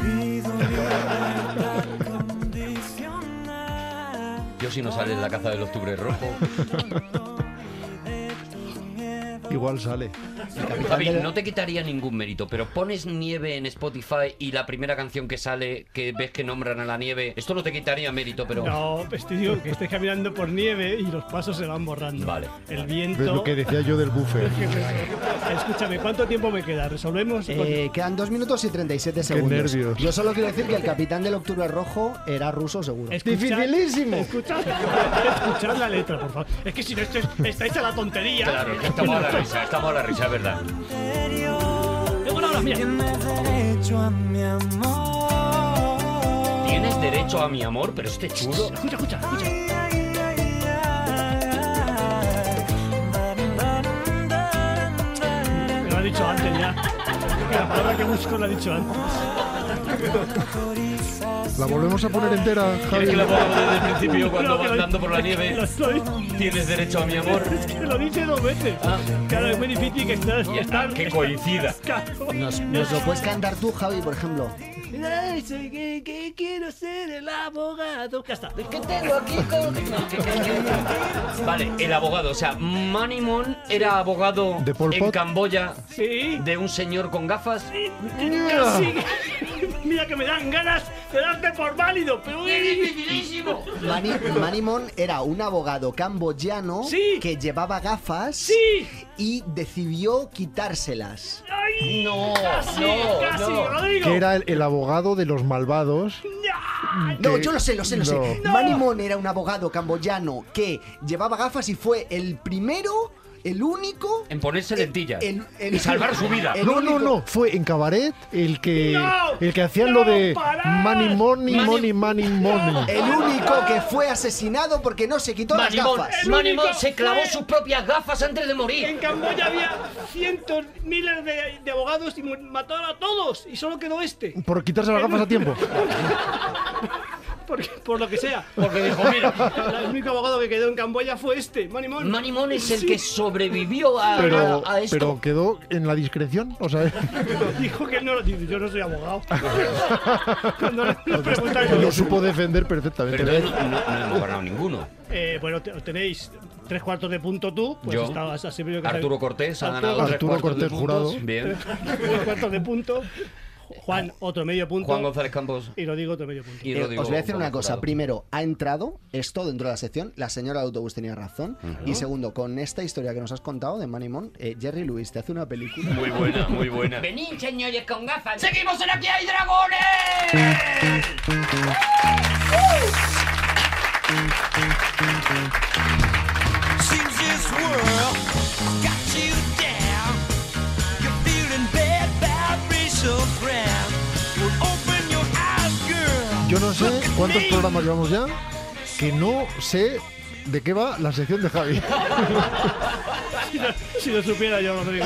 Speaker 4: Yo si no sale en la caza del octubre rojo.
Speaker 5: Igual sale.
Speaker 4: Javi, no te quitaría ningún mérito, pero pones nieve en Spotify y la primera canción que sale, que ves que nombran a la nieve, esto no te quitaría mérito, pero...
Speaker 3: No, pues te digo que estáis caminando por nieve y los pasos se van borrando.
Speaker 4: Vale.
Speaker 3: El
Speaker 5: Es
Speaker 3: viento.
Speaker 5: lo que decía yo del buffer.
Speaker 3: <laughs> Escúchame, ¿cuánto tiempo me queda? ¿Resolvemos?
Speaker 6: Eh, quedan 2 minutos y 37 segundos.
Speaker 5: nervios.
Speaker 6: Yo solo quiero decir que el capitán del Octubre Rojo era ruso seguro.
Speaker 3: Escuchad-
Speaker 6: ¡Dificilísimo!
Speaker 3: Escuchad, escuchad la letra, por favor. Es que si no esto es- estáis a la tontería.
Speaker 4: Claro, que estamos a la risa, estamos a la risa, es verdad.
Speaker 14: Tienes derecho a mi amor.
Speaker 4: Tienes derecho a mi amor, pero este chulo...
Speaker 3: Escucha, escucha, escucha. Me lo ha dicho antes ya. la palabra que busco la he dicho antes.
Speaker 5: La volvemos a poner entera, Javi.
Speaker 4: Es que la puedo poner desde el principio cuando vas andando
Speaker 3: <laughs>
Speaker 4: por la nieve. Tienes derecho a mi amor. Ah.
Speaker 3: Es que lo dice dos veces. Claro, es muy difícil que estás.
Speaker 4: Y está, que coincida.
Speaker 6: Nos, nos lo puedes cantar tú, Javi, por ejemplo.
Speaker 3: Ay, soy que, que quiero ser el abogado. Ya está.
Speaker 1: Es que tengo aquí con...
Speaker 4: Vale, el abogado. O sea, Manimon era abogado
Speaker 5: ¿De Pol
Speaker 4: en
Speaker 5: Pot?
Speaker 4: Camboya
Speaker 3: Sí.
Speaker 4: de un señor con gafas.
Speaker 3: Casi. Mira que me dan ganas de darte por válido, pero
Speaker 1: ¡Es dificilísimo!
Speaker 6: Mani, Manimon era un abogado camboyano que llevaba gafas y decidió quitárselas.
Speaker 3: ¡Ay!
Speaker 4: No,
Speaker 3: casi,
Speaker 4: no,
Speaker 3: casi,
Speaker 4: no.
Speaker 3: Rodrigo.
Speaker 5: Que era el, el abogado de los malvados.
Speaker 6: No,
Speaker 5: que-
Speaker 6: yo lo sé, lo sé, lo sé.
Speaker 5: No.
Speaker 6: Manimon era un abogado camboyano que llevaba gafas y fue el primero, el único
Speaker 4: En ponerse lentillas.
Speaker 6: el- el-
Speaker 4: y salvar su vida.
Speaker 6: el
Speaker 5: No,
Speaker 6: único-
Speaker 5: no, no. Fue en Cabaret el que,
Speaker 6: No,
Speaker 5: el que hacían
Speaker 6: no,
Speaker 5: lo de
Speaker 6: parad.
Speaker 5: money, money, money, money, money.
Speaker 6: El único que fue asesinado porque no se quitó
Speaker 4: Manimón,
Speaker 6: las gafas.
Speaker 4: Manimón se clavó
Speaker 3: fue-
Speaker 4: sus propias gafas antes de morir.
Speaker 3: En Camboya había cientos, miles de, de abogados y mu- mataron a todos y solo quedó este.
Speaker 5: Por quitarse las gafas a tiempo.
Speaker 3: Por, por lo que sea.
Speaker 4: Porque dijo, mira.
Speaker 3: El único abogado que quedó en Camboya fue este, Manimón.
Speaker 4: Manimón es el que sobrevivió a,
Speaker 5: Pero,
Speaker 4: a- a esto.
Speaker 5: pero quedó en la discreción. O sea,
Speaker 3: <laughs> Dijo que él no lo dice, yo no soy abogado. Cuando
Speaker 5: <laughs>
Speaker 3: le le preguntaron.
Speaker 5: lo supo defender perfectamente.
Speaker 4: Pero entonces no, no- no hemos ganado ninguno.
Speaker 3: Eh, bueno, te- tenéis tres cuartos de punto tú, pues
Speaker 4: Yo,
Speaker 3: estabas así primero que
Speaker 4: Arturo Cortés ha
Speaker 3: Arturo-
Speaker 4: ganado tres
Speaker 5: Arturo
Speaker 4: cuartos de
Speaker 5: Cortés,
Speaker 4: puntos.
Speaker 5: jurado.
Speaker 4: Bien.
Speaker 3: <laughs> tres cuartos de punto. Juan, otro medio punto.
Speaker 4: Juan González Campos
Speaker 3: Y lo digo otro medio punto.
Speaker 4: y
Speaker 6: Eh,
Speaker 4: Rodrigo.
Speaker 6: os voy a decir una
Speaker 4: Gómez
Speaker 6: cosa.
Speaker 4: Jurado.
Speaker 6: Primero, ha entrado esto dentro de la sección. La señora de autobús tenía razón.
Speaker 4: Ujú.
Speaker 6: Y segundo, con esta historia que nos has contado de Manimón, eh, Jerry Lewis te hace una película.
Speaker 4: Muy buena, muy buena.
Speaker 1: Venid, señores, con gafas. ¡Seguimos en Aquí hay dragones!
Speaker 14: Seems this world has got you down. You're feeling bad vibrational ground. Well, open your eyes, girl.
Speaker 5: Yo no sé cuántos programas llevamos ya que no sé de qué va la sección de Javi.
Speaker 3: Si lo, si lo supiera yo, Rodrigo.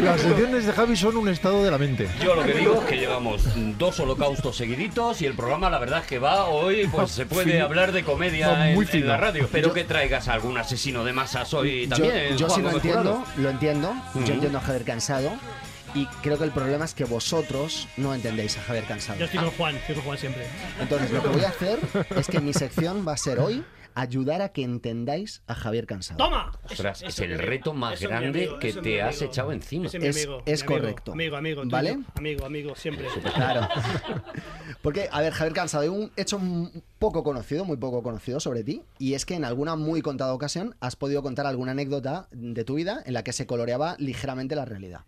Speaker 5: Las secciones de Javi son un estado de la mente.
Speaker 4: Yo lo que digo es que llevamos dos holocaustos seguiditos y el programa la verdad es que va hoy, pues se puede
Speaker 5: Fino.
Speaker 4: hablar de comedia
Speaker 5: Va
Speaker 4: en-
Speaker 5: muy
Speaker 4: en,
Speaker 5: fino.
Speaker 4: la radio. Espero que traigas a algún asesino de masas hoy
Speaker 6: Yo-
Speaker 4: también.
Speaker 6: Yo,
Speaker 4: Juan
Speaker 6: sí lo
Speaker 4: Gómez Jurado.
Speaker 6: entiendo, lo entiendo.
Speaker 4: Ujú.
Speaker 6: Yo entiendo a Javier Cansado. Y creo que el problema es que vosotros no entendéis a Javier Cansado.
Speaker 3: Yo estoy con Juan, estoy con Juan siempre.
Speaker 6: Entonces, lo que voy a hacer es que mi sección va a ser hoy ayudar a que entendáis a Javier Cansado.
Speaker 3: ¡Toma!
Speaker 4: Ostras, es
Speaker 3: Eso,
Speaker 4: el
Speaker 3: mi-
Speaker 4: reto más
Speaker 3: eso, mi
Speaker 4: grande
Speaker 3: amigo,
Speaker 4: que
Speaker 3: eso,
Speaker 4: te
Speaker 3: mi
Speaker 4: has
Speaker 3: amigo.
Speaker 4: echado encima.
Speaker 3: Ese mi
Speaker 6: Es-
Speaker 3: amigo,
Speaker 6: es
Speaker 3: mi amigo,
Speaker 6: correcto.
Speaker 3: Amigo, amigo, tuyo.
Speaker 6: ¿Vale?
Speaker 3: Amigo, amigo, siempre.
Speaker 6: Claro. Porque, a ver, Javier Cansado, hay un hecho m- poco conocido, muy poco conocido sobre ti, y es que en alguna muy contada ocasión has podido contar alguna anécdota de tu vida en la que se coloreaba ligeramente la realidad.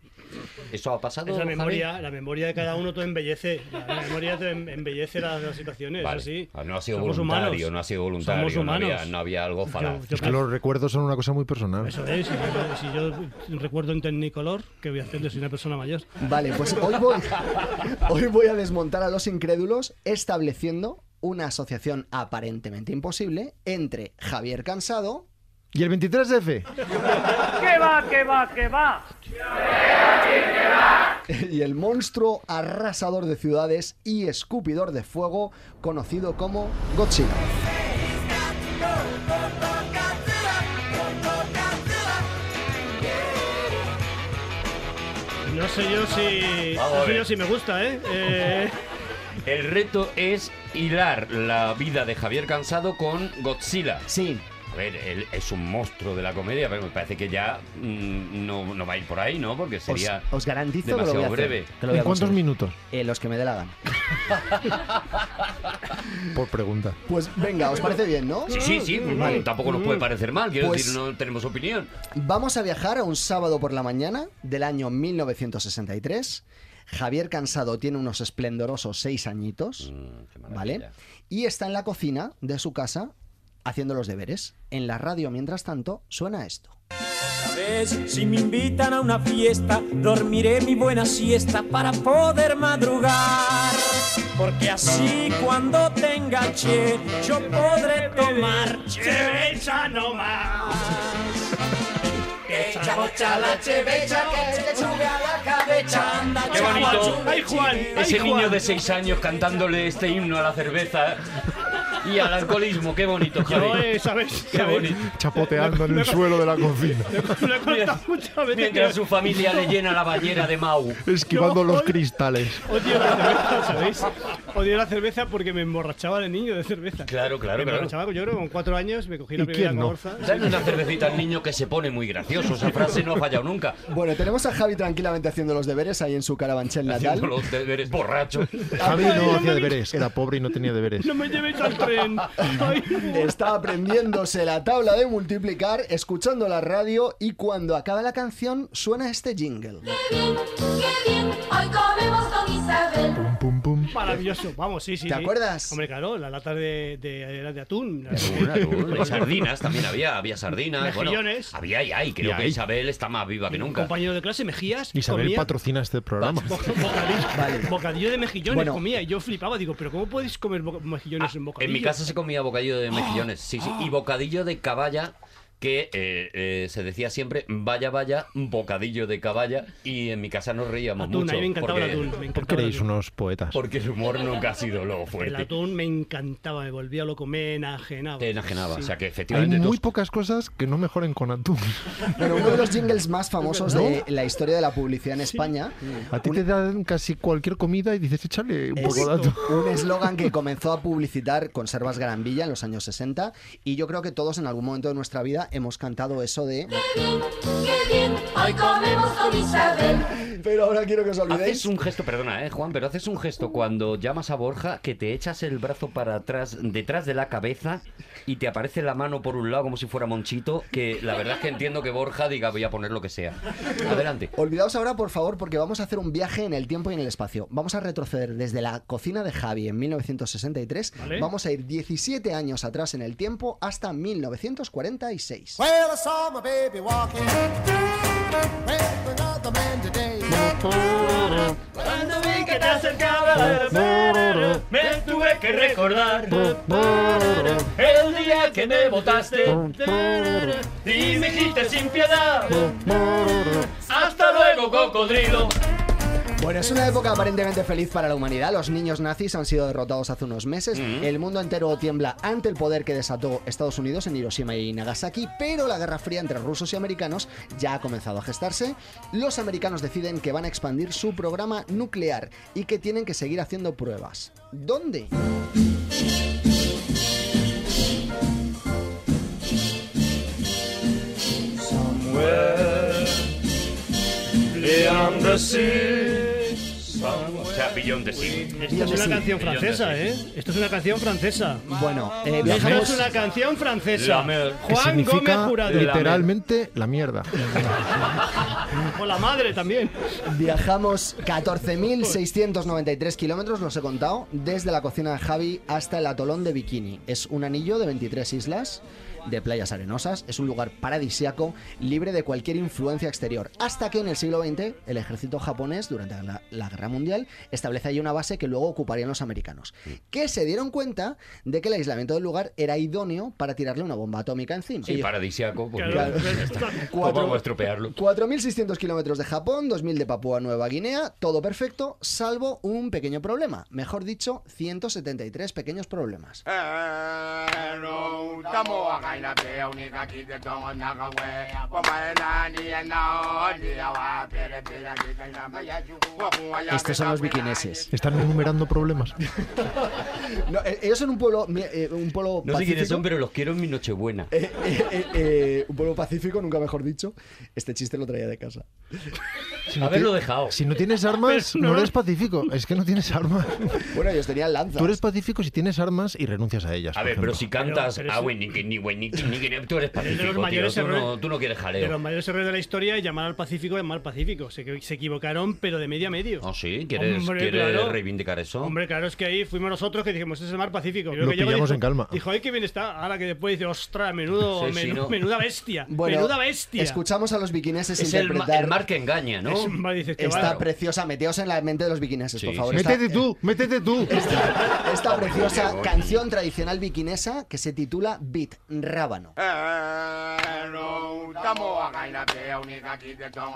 Speaker 4: ¿Eso ha pasado?
Speaker 3: Es la
Speaker 4: Javi?
Speaker 3: memoria, la memoria de cada uno te embellece. La memoria te em- embellece las, las situaciones,
Speaker 4: Vale.
Speaker 3: así.
Speaker 4: Ah, No ha sido
Speaker 3: Somos
Speaker 4: voluntario,
Speaker 3: humanos.
Speaker 4: no ha sido voluntario.
Speaker 3: Somos humanos.
Speaker 4: No, había, no había algo falaz.
Speaker 3: Yo-
Speaker 5: Es que los recuerdos son una cosa muy personal.
Speaker 3: Eso es, si yo, si yo recuerdo en Tecnicolor, que voy a hacer? Yo soy una persona mayor.
Speaker 6: Vale, pues hoy voy, <laughs> hoy voy a desmontar a los incrédulos estableciendo una asociación aparentemente imposible entre Javier Cansado
Speaker 5: Y el 23F,
Speaker 3: ¡Que va, que va, que va!
Speaker 6: y el monstruo arrasador de ciudades y escupidor de fuego conocido como Godzilla.
Speaker 3: No sé yo si.
Speaker 4: Vamos
Speaker 3: No
Speaker 4: a
Speaker 3: sé
Speaker 4: ver.
Speaker 3: yo si me gusta, ¿eh? Eh,
Speaker 4: El reto es hilar la vida de Javier Cansado con Godzilla.
Speaker 6: Sí,
Speaker 4: A ver, él es un monstruo de la comedia, pero me parece que ya mm, no, no va a ir por ahí, ¿no? Porque
Speaker 6: os,
Speaker 4: sería.
Speaker 6: os garantizo que lo
Speaker 4: demasiado
Speaker 6: voy a hacer,
Speaker 4: breve.
Speaker 6: que lo voy
Speaker 5: ¿en
Speaker 6: a
Speaker 5: cuántos
Speaker 6: conseguir.
Speaker 5: minutos?
Speaker 6: Eh, los que me dé la gana.
Speaker 5: Por pregunta.
Speaker 6: Pues venga, ¿os parece bien, no?
Speaker 4: Sí, sí, sí, pues,
Speaker 6: Vale.
Speaker 4: tampoco nos puede parecer mal, quiero
Speaker 6: Pues-
Speaker 4: decir, no tenemos opinión.
Speaker 6: Vamos a viajar a un sábado por la mañana del año 1963. Javier Cansado tiene unos esplendorosos seis añitos,
Speaker 4: Mm,
Speaker 6: ¿vale? Y está en la cocina de su casa haciendo los deberes. En la radio, mientras tanto, suena esto.
Speaker 14: ¿Sabes? Si me invitan a una fiesta, dormiré mi buena siesta para poder madrugar. Porque así cuando tenga che, yo podré tomar cerveza no más. que echa.
Speaker 12: Mocha la chevecha que te sube a la cabeza. Anda,
Speaker 4: Qué
Speaker 12: chaval,
Speaker 4: bonito.
Speaker 12: chubi, chibi.
Speaker 4: Ese niño de 6 años cantándole este himno a la cerveza <laughs> y al alcoholismo. <laughs> Qué bonito, Javi.
Speaker 3: Yo, eh, ¿sabes?
Speaker 4: Qué
Speaker 3: ¿sabes?
Speaker 4: bonito.
Speaker 5: Chapoteando <laughs> en el suelo de la cocina,
Speaker 3: Lo he contado muchas veces.
Speaker 4: Mientras
Speaker 3: que-
Speaker 4: su familia le llena la bañera de Mau.
Speaker 5: esquivando los cristales.
Speaker 3: Odio la cerveza, ¿sabéis? Odio la cerveza porque me emborrachaba de niño de cerveza.
Speaker 4: Claro, claro,
Speaker 3: Me
Speaker 4: claro.
Speaker 3: emborrachaba, pues, yo creo, que con cuatro años me cogí la primera gorza.
Speaker 4: Dale una cervecita al niño que se pone muy gracioso. Esa frase no ha fallado nunca.
Speaker 6: Bueno, tenemos a Javi tranquilamente haciendo los deberes ahí en su carabanchel natal.
Speaker 4: Haciendo los deberes
Speaker 3: <laughs>
Speaker 4: borracho.
Speaker 5: Javi no hacía deberes, era pobre y no tenía deberes.
Speaker 3: me llevéis al tren.
Speaker 6: Está aprendiéndose la tabla de multiplicar, escuchando la radio y cuando acaba la canción suena este jingle.
Speaker 15: ¡Qué bien! Hoy comemos con Isabel.
Speaker 3: Maravilloso, vamos, sí, sí.
Speaker 6: ¿Te
Speaker 3: sí.
Speaker 6: acuerdas?
Speaker 3: Hombre, claro, la lata de, de, era de atún.
Speaker 6: Pues,
Speaker 4: Y sardinas también había, había sardinas. Bueno,
Speaker 3: Mejillones.
Speaker 4: había y hay.
Speaker 5: Y
Speaker 4: Creo que
Speaker 5: hay.
Speaker 4: Isabel está más viva que
Speaker 3: Un
Speaker 4: nunca.
Speaker 3: compañero de clase, Mejías,
Speaker 5: <laughs> Isabel
Speaker 3: comía
Speaker 5: patrocina este programa.
Speaker 3: bocadillo, bocadillo de mejillones,
Speaker 5: Bueno.
Speaker 3: comía y yo flipaba. Digo, ¿pero cómo podéis comer boca- mejillones en bocadillo?
Speaker 4: Ah,
Speaker 3: Ah.
Speaker 4: En mi casa se comía bocadillo de mejillones, sí, sí, y bocadillo de caballa que eh, eh, se decía siempre vaya vaya bocadillo de caballa y en mi casa nos reíamos
Speaker 3: Atún,
Speaker 4: mucho
Speaker 3: a mí me encantaba el
Speaker 4: porque,
Speaker 3: atún, me
Speaker 5: ¿Por qué erais unos poetas?
Speaker 4: porque el humor nunca ha sido lo
Speaker 3: El
Speaker 4: fuerte.
Speaker 3: atún me encantaba, me volvía loco, me enajenaba.
Speaker 4: Te enajenaba,
Speaker 3: Sí.
Speaker 4: o sea que
Speaker 5: Hay
Speaker 4: efectivamente
Speaker 5: muy
Speaker 4: tú
Speaker 5: pocas cosas que no mejoren con atún.
Speaker 6: Bueno, uno de los jingles más famosos de la historia de la publicidad en España.
Speaker 5: A ti te dan casi cualquier comida y dices, échale un poco de atún.
Speaker 6: Un eslogan que comenzó a publicitar Conservas Gran Villa en los años 60 y yo creo que todos en algún momento de nuestra vida hemos cantado eso de...
Speaker 15: ¡Qué bien! Hoy comemos con Isabel.
Speaker 6: Pero ahora quiero que os
Speaker 4: haces un gesto, perdona, eh, Juan, pero haces un gesto cuando llamas a Borja que te echas el brazo para atrás, detrás de la cabeza y te aparece la mano por un lado como si fuera Monchito, que la verdad es que entiendo que Borja diga voy a poner lo que sea. Adelante.
Speaker 6: Olvidaos ahora, por favor, porque vamos a hacer un viaje en el tiempo y en el espacio. Vamos a retroceder desde la cocina de Javi en 1963.
Speaker 12: Vale.
Speaker 6: Vamos a ir 17 años atrás en el tiempo hasta 1946.
Speaker 12: Well, I saw my baby walking with another man today. Cuando vi que te acercabas,
Speaker 10: Me tuve que recordar el día que me votaste y me dijiste sin piedad. Hasta luego, cocodrilo.
Speaker 6: Bueno, es una época aparentemente feliz para la humanidad. Los niños nazis han sido derrotados hace unos meses. El mundo entero tiembla ante el poder que desató Estados Unidos en Hiroshima y Nagasaki, pero la Guerra Fría entre rusos y americanos ya ha comenzado a gestarse. Los americanos deciden que van a expandir su programa nuclear y que tienen que seguir haciendo pruebas. ¿Dónde?
Speaker 10: Somewhere beyond the sea. O sea, billón de sí.
Speaker 3: Esto es una canción francesa, ¿eh? Esto es una canción francesa.
Speaker 6: Bueno,
Speaker 3: Esto es una canción francesa.
Speaker 5: La Que
Speaker 3: Juan Gómez
Speaker 5: significa
Speaker 3: Jurado.
Speaker 5: literalmente la mierda.
Speaker 3: O la madre también.
Speaker 6: Viajamos 14.693 kilómetros, los he contado, desde la cocina de Javi hasta el atolón de Bikini. Es un anillo de 23 islas, de playas arenosas, es un lugar paradisiaco, libre de cualquier influencia exterior. Hasta que en el siglo XX, el ejército japonés, durante la, la Guerra Mundial, establece ahí una base que luego ocuparían los americanos, que se dieron cuenta de que el aislamiento del lugar era idóneo para tirarle una bomba atómica encima.
Speaker 4: Sí,
Speaker 6: Ellos-
Speaker 4: paradisiaco, pues
Speaker 6: Claro.
Speaker 4: mira, ya está.
Speaker 5: <laughs>
Speaker 6: Cuatro-
Speaker 4: Vamos a estropearlo.
Speaker 6: 4.600 kilómetros de Japón, 2.000 de Papúa Nueva Guinea, todo perfecto, salvo un pequeño problema. Mejor dicho, 173 pequeños problemas.
Speaker 2: e
Speaker 6: Estos son los bikineses.
Speaker 5: Están enumerando problemas.
Speaker 6: <laughs> No, eh, ellos son un pueblo, mi- eh, un pueblo
Speaker 4: No sé quiénes
Speaker 6: pacífico.
Speaker 4: son, pero los quiero en mi Nochebuena.
Speaker 6: <laughs> Eh, eh, eh, eh, un pueblo pacífico, nunca mejor dicho. Este chiste lo traía de casa.
Speaker 5: Si no ti- Si no tienes armas, no eres pacífico. Es que no tienes armas.
Speaker 6: Bueno, ellos tenían lanzas.
Speaker 5: Tú eres pacífico si tienes armas y renuncias a ellas.
Speaker 4: A
Speaker 5: por
Speaker 4: ver, pero
Speaker 5: ejemplo.
Speaker 4: si cantas
Speaker 3: pero
Speaker 4: ah,
Speaker 3: ese-
Speaker 4: güey, ni que- ni güey, ni que- ni que- tú eres
Speaker 3: <laughs> de los
Speaker 4: pacífico, tío,
Speaker 3: mayores
Speaker 4: tú, no,
Speaker 3: errores-
Speaker 4: tú no quieres
Speaker 3: De los
Speaker 4: jaleo.
Speaker 3: mayores errores de la historia, llamar al Pacífico llamar al Pacífico. Se, se equivocaron, pero de media a medio.
Speaker 4: No, Ah, sí, ¿quieres,
Speaker 3: Hombre,
Speaker 4: quieres
Speaker 3: claro.
Speaker 4: reivindicar eso?
Speaker 3: Hombre, claro, es que ahí fuimos nosotros que dijimos, "Este es el mar Pacífico. Y
Speaker 4: Lo
Speaker 3: que llegó
Speaker 4: pillamos
Speaker 3: dijo-
Speaker 4: en calma.
Speaker 3: Dijo, ay, qué bien está. Ahora que después dice, ostras, menudo,
Speaker 4: Sí, sí,
Speaker 3: menu-
Speaker 4: no.
Speaker 3: menuda bestia.
Speaker 6: Bueno,
Speaker 3: menuda bestia.
Speaker 6: Escuchamos a los bikineses
Speaker 4: Es el, ma-
Speaker 6: interpretar.
Speaker 4: el mar que engaña, ¿no?
Speaker 6: Está preciosa. Meteos en la mente de los bikineses, por favor. Está-
Speaker 5: Métete tú, métete tú.
Speaker 6: Esta preciosa
Speaker 5: Dios.
Speaker 6: canción tradicional bikinesa que se titula Beat Rábano.
Speaker 4: Ah.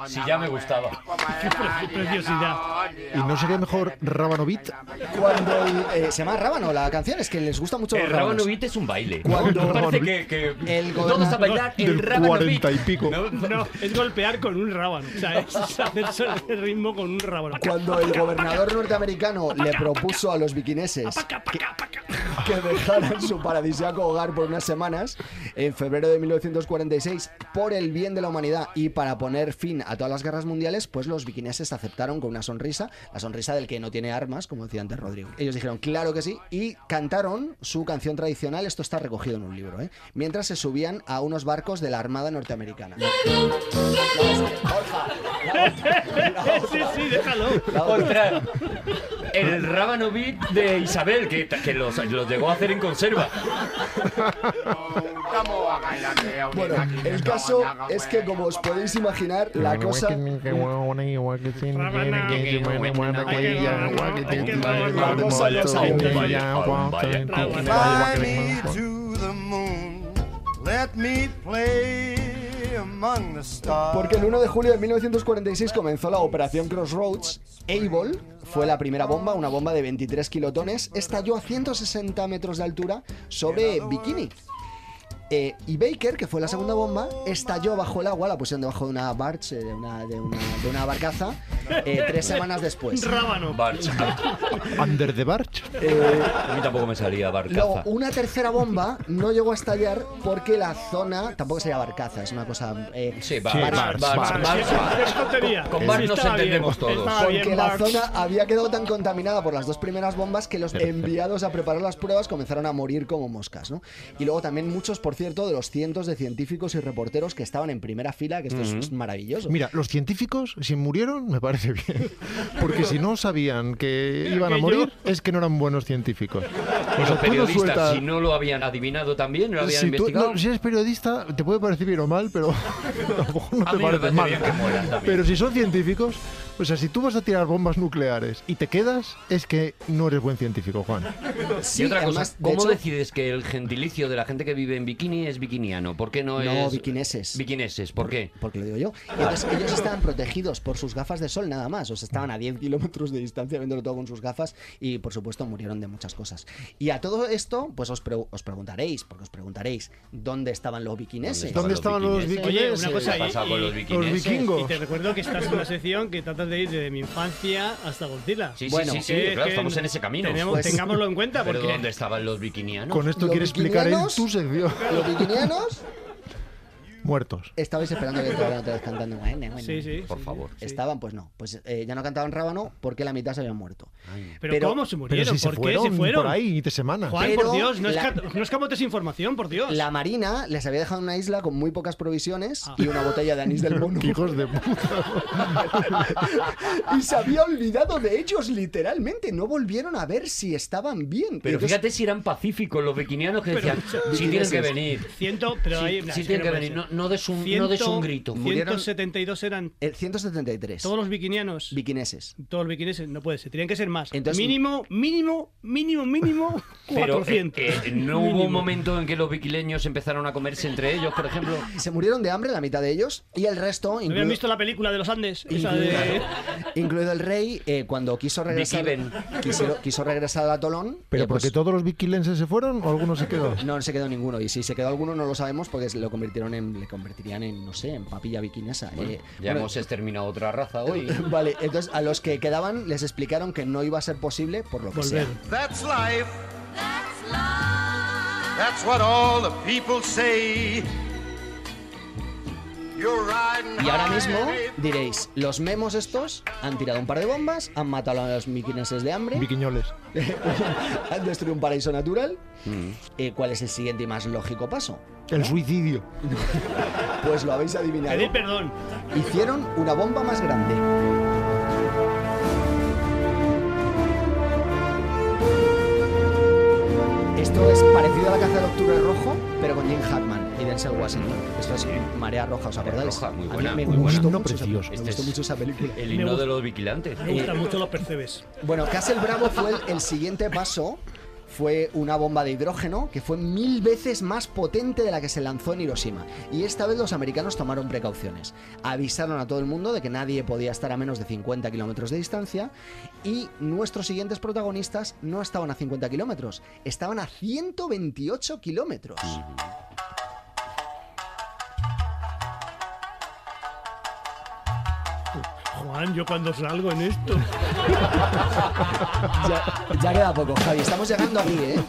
Speaker 4: Si ya me gustaba.
Speaker 3: Qué preciosidad.
Speaker 5: ¿Y no sería mejor Rábano Beat?
Speaker 6: Cuando el- eh, se llama Rábano la canción, es que les gusta mucho los
Speaker 4: El Eh, rábano
Speaker 6: rábanos.
Speaker 4: beat es un baile.
Speaker 6: Cuando-
Speaker 4: parece que, que
Speaker 6: El
Speaker 4: todos a bailar el rábano beat.
Speaker 5: y pico.
Speaker 3: No, no, es golpear con un rábano. O sea, es hacerse el ritmo con un rábano. <laughs>
Speaker 6: Cuando el gobernador norteamericano le propuso a los bikineses que, que dejaran su paradisíaco hogar por unas semanas, en febrero de 1946, por el bien de la humanidad y para poner fin a todas las guerras mundiales, pues los bikineses aceptaron con una sonrisa, la sonrisa del que no tiene armas, como decía antes Rodrigo. Ellos dijeron, claro que sí, y cantaron su canción tradicional, esto está recogido en un libro, ¿eh? mientras se subían a unos barcos de la Armada norteamericana.
Speaker 3: sí, sí, déjalo.
Speaker 4: Ostras, el rábano beat de Isabel, que, que los, los llegó a hacer en conserva.
Speaker 6: Bueno, el caso es que como os podéis imaginar, la cosa...
Speaker 5: La
Speaker 6: La cosa ya
Speaker 12: Fly me to the moon. Let me play among the stars.
Speaker 6: Porque el 1 de julio de 1946 comenzó la operación Crossroads. Able fue la primera bomba, una bomba de 23 kilotones, estalló a 160 metros de altura sobre Bikini. Eh, y Baker, que fue la segunda bomba, estalló bajo el agua, la pusieron debajo de una barge, eh, de una, de una, de una barcaza, eh, tres semanas después.
Speaker 3: Rábano.
Speaker 4: Barch.
Speaker 5: Under the Barch.
Speaker 4: A mí tampoco me salía
Speaker 6: Luego,
Speaker 4: barcaza.
Speaker 6: una tercera bomba no llegó a estallar porque la zona tampoco sería barcaza, es una cosa. eh,
Speaker 4: Sí, bar- bar- bar- bar- bar-
Speaker 3: Es tontería.
Speaker 4: Con- con bar nos
Speaker 3: Estaba bien,
Speaker 4: entendemos todos.
Speaker 3: Estaba
Speaker 6: Porque
Speaker 3: bien,
Speaker 6: la
Speaker 3: Bart.
Speaker 6: zona había quedado tan contaminada por las dos primeras bombas que los enviados a preparar las pruebas comenzaron a morir como moscas, ¿no? Y luego también muchos, por cierto, de los cientos de científicos y reporteros que estaban en primera fila, que esto es-
Speaker 5: Ujú.
Speaker 6: es maravilloso.
Speaker 5: Mira, los científicos, si murieron, me parece bien. Porque si no sabían que iban a
Speaker 6: que
Speaker 5: morir, es que no eran buenos científicos. Pues
Speaker 4: Y
Speaker 5: O
Speaker 4: los
Speaker 5: sea, tú no
Speaker 4: periodistas,
Speaker 5: sueltas-
Speaker 4: si no lo habían adivinado también, no lo habían
Speaker 5: si, tú-
Speaker 4: investigado.
Speaker 5: no, si eres periodista, te puede parecer bien o mal, pero <laughs> a lo mejor no
Speaker 4: A
Speaker 5: te
Speaker 4: mí me
Speaker 5: parece
Speaker 4: parece
Speaker 5: mal.
Speaker 4: bien que mueran también.
Speaker 5: Pero si son científicos, o sea, si tú vas a tirar bombas nucleares y te quedas, es que no eres buen científico, Juan.
Speaker 6: Sí,
Speaker 4: y otra cosa,
Speaker 6: además, de
Speaker 4: ¿cómo
Speaker 6: hecho-
Speaker 4: decides que el gentilicio de la gente que vive en bikini es bikiniano? ¿Por qué no, es...?
Speaker 6: No, bikineses.
Speaker 4: Bikineses, ¿por qué?
Speaker 6: Porque lo digo yo. Y entonces ellos estaban protegidos por sus gafas de sol nada más. O sea, estaban a 10 kilómetros de distancia viéndolo todo con sus gafas y por supuesto murieron de muchas cosas. Y a todo esto, pues os, pre- os preguntaréis, porque os preguntaréis, ¿dónde estaban los bikineses?
Speaker 5: ¿Dónde estaban los
Speaker 4: ¿eh?
Speaker 5: ¿Dónde estaban los
Speaker 3: Oye,
Speaker 5: bikineses?
Speaker 3: una cosa, ¿eh?
Speaker 5: ¿Qué
Speaker 3: y-
Speaker 5: pasa con
Speaker 3: y-
Speaker 5: los bikineses? Los vikingos.
Speaker 3: Y te recuerdo que estás en una sección que tratas de ir desde mi infancia hasta Godzilla.
Speaker 4: Sí, sí, sí, sí,
Speaker 3: que-
Speaker 4: claro,
Speaker 3: que
Speaker 4: estamos en ese camino. Pues,
Speaker 3: tenemos- Tengámoslo en cuenta
Speaker 4: ¿Pero
Speaker 3: porque
Speaker 4: dónde estaban los bikinianos?
Speaker 5: Con esto
Speaker 6: ¿Los
Speaker 5: quiere explicar él
Speaker 6: bikinianos?
Speaker 5: tu sección.
Speaker 6: Los bikinianos
Speaker 5: Muertos.
Speaker 6: estabais esperando que entraran otra vez cantando. Bueno, bueno.
Speaker 3: Sí, sí,
Speaker 4: Por sí, favor. sí.
Speaker 6: Estaban, pues no. Pues eh, ya no cantaban rábano porque la mitad se habían muerto.
Speaker 4: Ah.
Speaker 3: Pero ¿cómo se murieron?
Speaker 5: Pero si se
Speaker 3: ¿Por qué
Speaker 5: fueron,
Speaker 3: se fueron?
Speaker 5: por ahí de semana.
Speaker 3: Juan,
Speaker 6: Pero
Speaker 3: por Dios, no,
Speaker 6: la-
Speaker 3: esca- no escamotes información, por Dios.
Speaker 6: La Marina les había dejado una isla con muy pocas provisiones
Speaker 3: Ah.
Speaker 6: y una botella de
Speaker 3: <laughs>
Speaker 6: anís del mono.
Speaker 5: Hijos de puta.
Speaker 6: y se había olvidado de ellos, literalmente. No volvieron a ver si estaban bien.
Speaker 4: Pero
Speaker 6: Entonces,
Speaker 4: fíjate si eran pacíficos los bikinianos que
Speaker 3: Pero-
Speaker 4: decían, si tienen que venir.
Speaker 3: Ciento, pero
Speaker 4: Sí,
Speaker 3: ahí,
Speaker 4: sí tienen que venir, no- no des un- no des un grito. Murieron-
Speaker 3: 172 eran
Speaker 6: eh, 173.
Speaker 3: todos los bikinianos.
Speaker 6: Bikineses.
Speaker 3: Todos los bikineses, no puede ser, tenían que ser más.
Speaker 6: Entonces-
Speaker 3: mínimo, mínimo, mínimo, mínimo
Speaker 4: <laughs> Pero
Speaker 3: 400.
Speaker 4: eh, eh, no hubo
Speaker 3: Mínimo.
Speaker 4: un momento en que los biquileños empezaron a comerse entre ellos, por ejemplo.
Speaker 6: Se murieron de hambre la mitad de ellos y el resto,
Speaker 3: ¿No habían
Speaker 6: incluido-
Speaker 3: visto la película de los Andes? Esa de...
Speaker 6: incluido el rey, eh, cuando quiso regresar,
Speaker 4: Ben.
Speaker 6: quiso, quiso regresar a Tolón.
Speaker 5: ¿Pero
Speaker 6: eh, pues,
Speaker 5: porque todos los bikilenses se fueron o alguno se quedó?
Speaker 6: No, no se quedó ninguno. Y si se quedó alguno, no lo sabemos porque se lo convirtieron en. Le convertirían en, no sé, en papilla bikinesa.
Speaker 4: Bueno,
Speaker 6: Eh,
Speaker 4: ya
Speaker 6: <laughs> bueno,
Speaker 4: hemos exterminado otra raza
Speaker 6: <laughs>
Speaker 4: hoy.
Speaker 6: Vale, entonces a los que quedaban les explicaron que no iba a ser posible por lo que
Speaker 3: Volver.
Speaker 6: sea.
Speaker 12: That's life. That's what all the people say. You're riding
Speaker 6: Y ahora
Speaker 12: high,
Speaker 6: mismo
Speaker 12: baby.
Speaker 6: diréis, los memos estos han tirado un par de bombas, han matado a los miquineses de hambre,
Speaker 5: Biquiñoles.
Speaker 6: <laughs> han destruido un paraíso natural.
Speaker 5: Mm.
Speaker 6: Eh, ¿Cuál es el siguiente y más lógico paso?
Speaker 5: El suicidio.
Speaker 6: Pues lo habéis adivinado.
Speaker 3: Pedir perdón.
Speaker 6: Hicieron una bomba más grande. Esto es parecido a la caza de octubre rojo, pero con Jim Hackman y Denzel Washington. Esto es Marea Roja, ¿os acordáis?
Speaker 4: Roja, muy
Speaker 6: A mí
Speaker 4: buena,
Speaker 6: me
Speaker 4: muy buena.
Speaker 6: gustó
Speaker 4: Himno
Speaker 6: mucho esa-
Speaker 4: precioso.
Speaker 6: me
Speaker 4: Este
Speaker 6: gustó
Speaker 4: es
Speaker 6: mucho esa película.
Speaker 4: El himno de los vigilantes.
Speaker 3: Me gustan mucho los percebes.
Speaker 6: Bueno, Castle Bravo fue el, el siguiente paso. Fue una bomba de hidrógeno que fue mil veces más potente de la que se lanzó en Hiroshima. Y esta vez los americanos tomaron precauciones. Avisaron a todo el mundo de que nadie podía estar a menos de 50 kilómetros de distancia. Y nuestros siguientes protagonistas no estaban a 50 kilómetros, estaban a 128 kilómetros.
Speaker 3: Juan, yo cuando salgo en esto.
Speaker 6: Ya, ya queda poco, Javi. Estamos llegando aquí, ¿eh?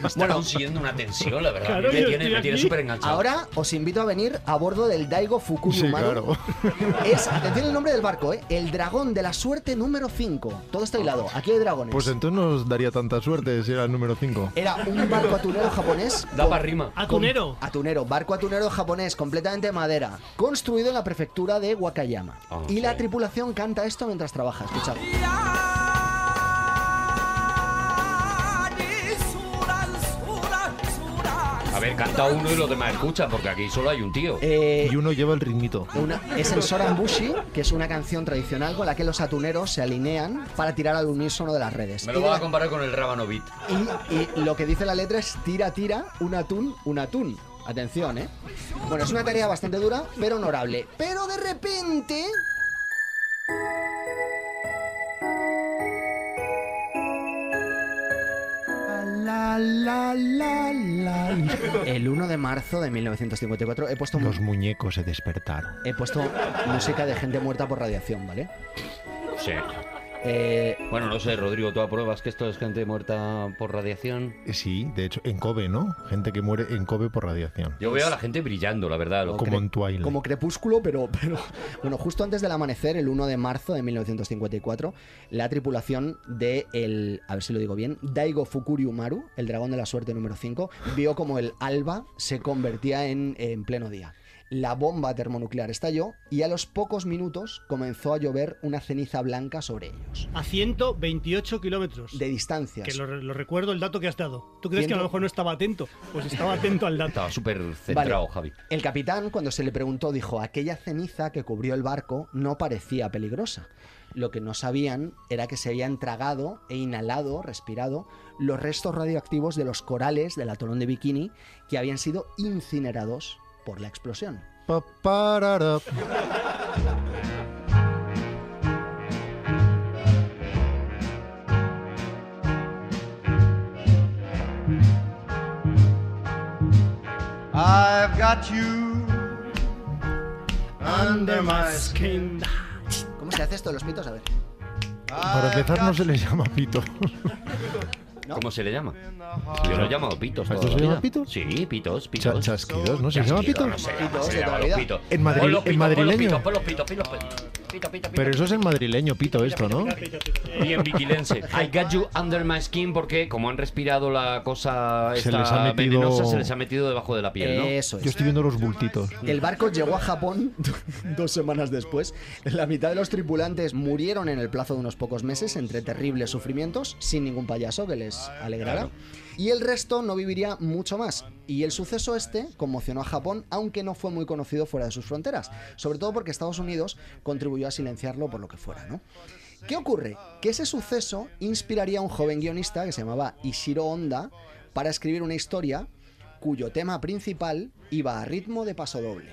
Speaker 4: Me está consiguiendo una tensión, la verdad.
Speaker 6: Claro,
Speaker 4: A mí
Speaker 6: yo
Speaker 4: me tiene,
Speaker 6: estoy
Speaker 4: me tiene
Speaker 6: aquí.
Speaker 4: súper enganchado.
Speaker 6: Ahora os invito a venir a bordo del Daigo Fukuyu Maru. <laughs> Es, atención el nombre del barco, ¿eh? El dragón de la suerte número 5. Todo está hilado. Aquí hay dragones.
Speaker 5: Pues entonces nos daría tanta suerte si era el número 5.
Speaker 6: Era un barco atunero japonés.
Speaker 5: Da
Speaker 6: con-
Speaker 5: pa' rima.
Speaker 6: con-
Speaker 5: Atunero.
Speaker 6: Atunero, barco atunero japonés, completamente de madera. Construido en la prefectura de Wakayama.
Speaker 12: Ah,
Speaker 6: y la tripulación canta esto mientras trabaja. Escuchad.
Speaker 4: A ver, canta uno y los demás escuchan, porque aquí solo hay un
Speaker 6: Eh,
Speaker 4: tío.
Speaker 5: y uno lleva el ritmito.
Speaker 6: Una- es el Sorambushi, que es una canción tradicional con la que los atuneros se alinean para tirar al unísono de las redes.
Speaker 4: Me
Speaker 6: Y
Speaker 4: lo
Speaker 6: de
Speaker 4: vas
Speaker 6: la-
Speaker 4: a comparar con el Rábano Beat.
Speaker 6: Y, y lo que dice la letra es tira, tira, un atún, un atún. Atención, ¿eh? Bueno, es una tarea bastante dura, pero honorable. Pero de repente... La, la, la, la. El 1 de marzo de 1954 he puesto, mu-
Speaker 5: Los muñecos se despertaron.
Speaker 6: he puesto música de gente muerta por radiación, ¿vale?
Speaker 4: Sí.
Speaker 6: Eh,
Speaker 4: Bueno, no sé, Rodrigo, ¿tú apruebas que esto es gente muerta por radiación?
Speaker 5: Eh, Sí, de hecho, en Kobe, ¿no? Gente que muere en Kobe por radiación.
Speaker 4: Yo veo a la gente brillando, la verdad. Los
Speaker 5: Como en Twilight.
Speaker 6: como crepúsculo, pero, pero bueno, justo antes del amanecer, el 1 de marzo de 1954, la tripulación de el, a ver si lo digo bien, Daigo Fukuryu Maru, el dragón de la suerte número 5, vio como el alba se convertía en, en pleno día. La bomba termonuclear estalló y a los pocos minutos comenzó a llover una ceniza blanca sobre ellos.
Speaker 3: A 128 kilómetros.
Speaker 6: De distancias.
Speaker 3: Que lo, re- lo recuerdo el dato que has dado. ¿Tú crees que a
Speaker 6: Ciento-
Speaker 3: lo mejor no estaba atento? Pues estaba atento al dato.
Speaker 4: Estaba súper centrado,
Speaker 6: Vale.
Speaker 4: Javi.
Speaker 6: El capitán, cuando se le preguntó, dijo, aquella ceniza que cubrió el barco no parecía peligrosa. Lo que no sabían era que se habían tragado e inhalado, respirado, los restos radioactivos de los corales del atolón de Bikini que habían sido incinerados por la explosión.
Speaker 5: Pa- parara.
Speaker 12: I've got you under my skin.
Speaker 6: ¿Cómo se hace esto de los mitos? A ver.
Speaker 5: Para empezar,
Speaker 2: Ah,
Speaker 5: no se les llama pito.
Speaker 4: ¿Cómo se le llama?
Speaker 5: Ah.
Speaker 4: Yo lo he llamado pitos.
Speaker 5: ¿A
Speaker 4: toda la
Speaker 5: esto se
Speaker 4: vida.
Speaker 5: llama pito?
Speaker 4: Sí, pitos, pitos.
Speaker 5: chasquidos, ¿no? ¿Se llama pito?
Speaker 4: No sé,
Speaker 5: Pitos
Speaker 4: se
Speaker 5: de
Speaker 4: llaman
Speaker 5: toda la
Speaker 4: los
Speaker 5: vida.
Speaker 4: pitos.
Speaker 5: En madri-
Speaker 4: Pon los
Speaker 5: en
Speaker 4: pitos,
Speaker 5: madrileño.
Speaker 4: Pon los pitos, pon los pitos, pon los pitos. Pito, pito,
Speaker 5: Pero eso es en madrileño, pito, esto, ¿no?
Speaker 4: Y en vigilense. <laughs> I got you under my skin porque como han respirado la cosa
Speaker 5: Se
Speaker 4: esta
Speaker 5: les ha metido-
Speaker 4: venenosa, se les ha metido debajo de la piel, ¿no?
Speaker 6: Eso es.
Speaker 5: Yo estoy viendo los bultitos.
Speaker 6: El barco llegó a Japón <laughs> dos semanas después. La mitad de los tripulantes murieron en el plazo de unos pocos meses entre terribles sufrimientos, sin ningún payaso que les alegrara.
Speaker 12: Claro.
Speaker 6: Y el resto no viviría mucho más. Y el suceso este conmocionó a Japón, aunque no fue muy conocido fuera de sus fronteras. Sobre todo porque Estados Unidos contribuyó a silenciarlo por lo que fuera, ¿no? ¿Qué ocurre? Que ese suceso inspiraría a un joven guionista que se llamaba Ishiro Honda para escribir una historia cuyo tema principal iba a ritmo de paso doble.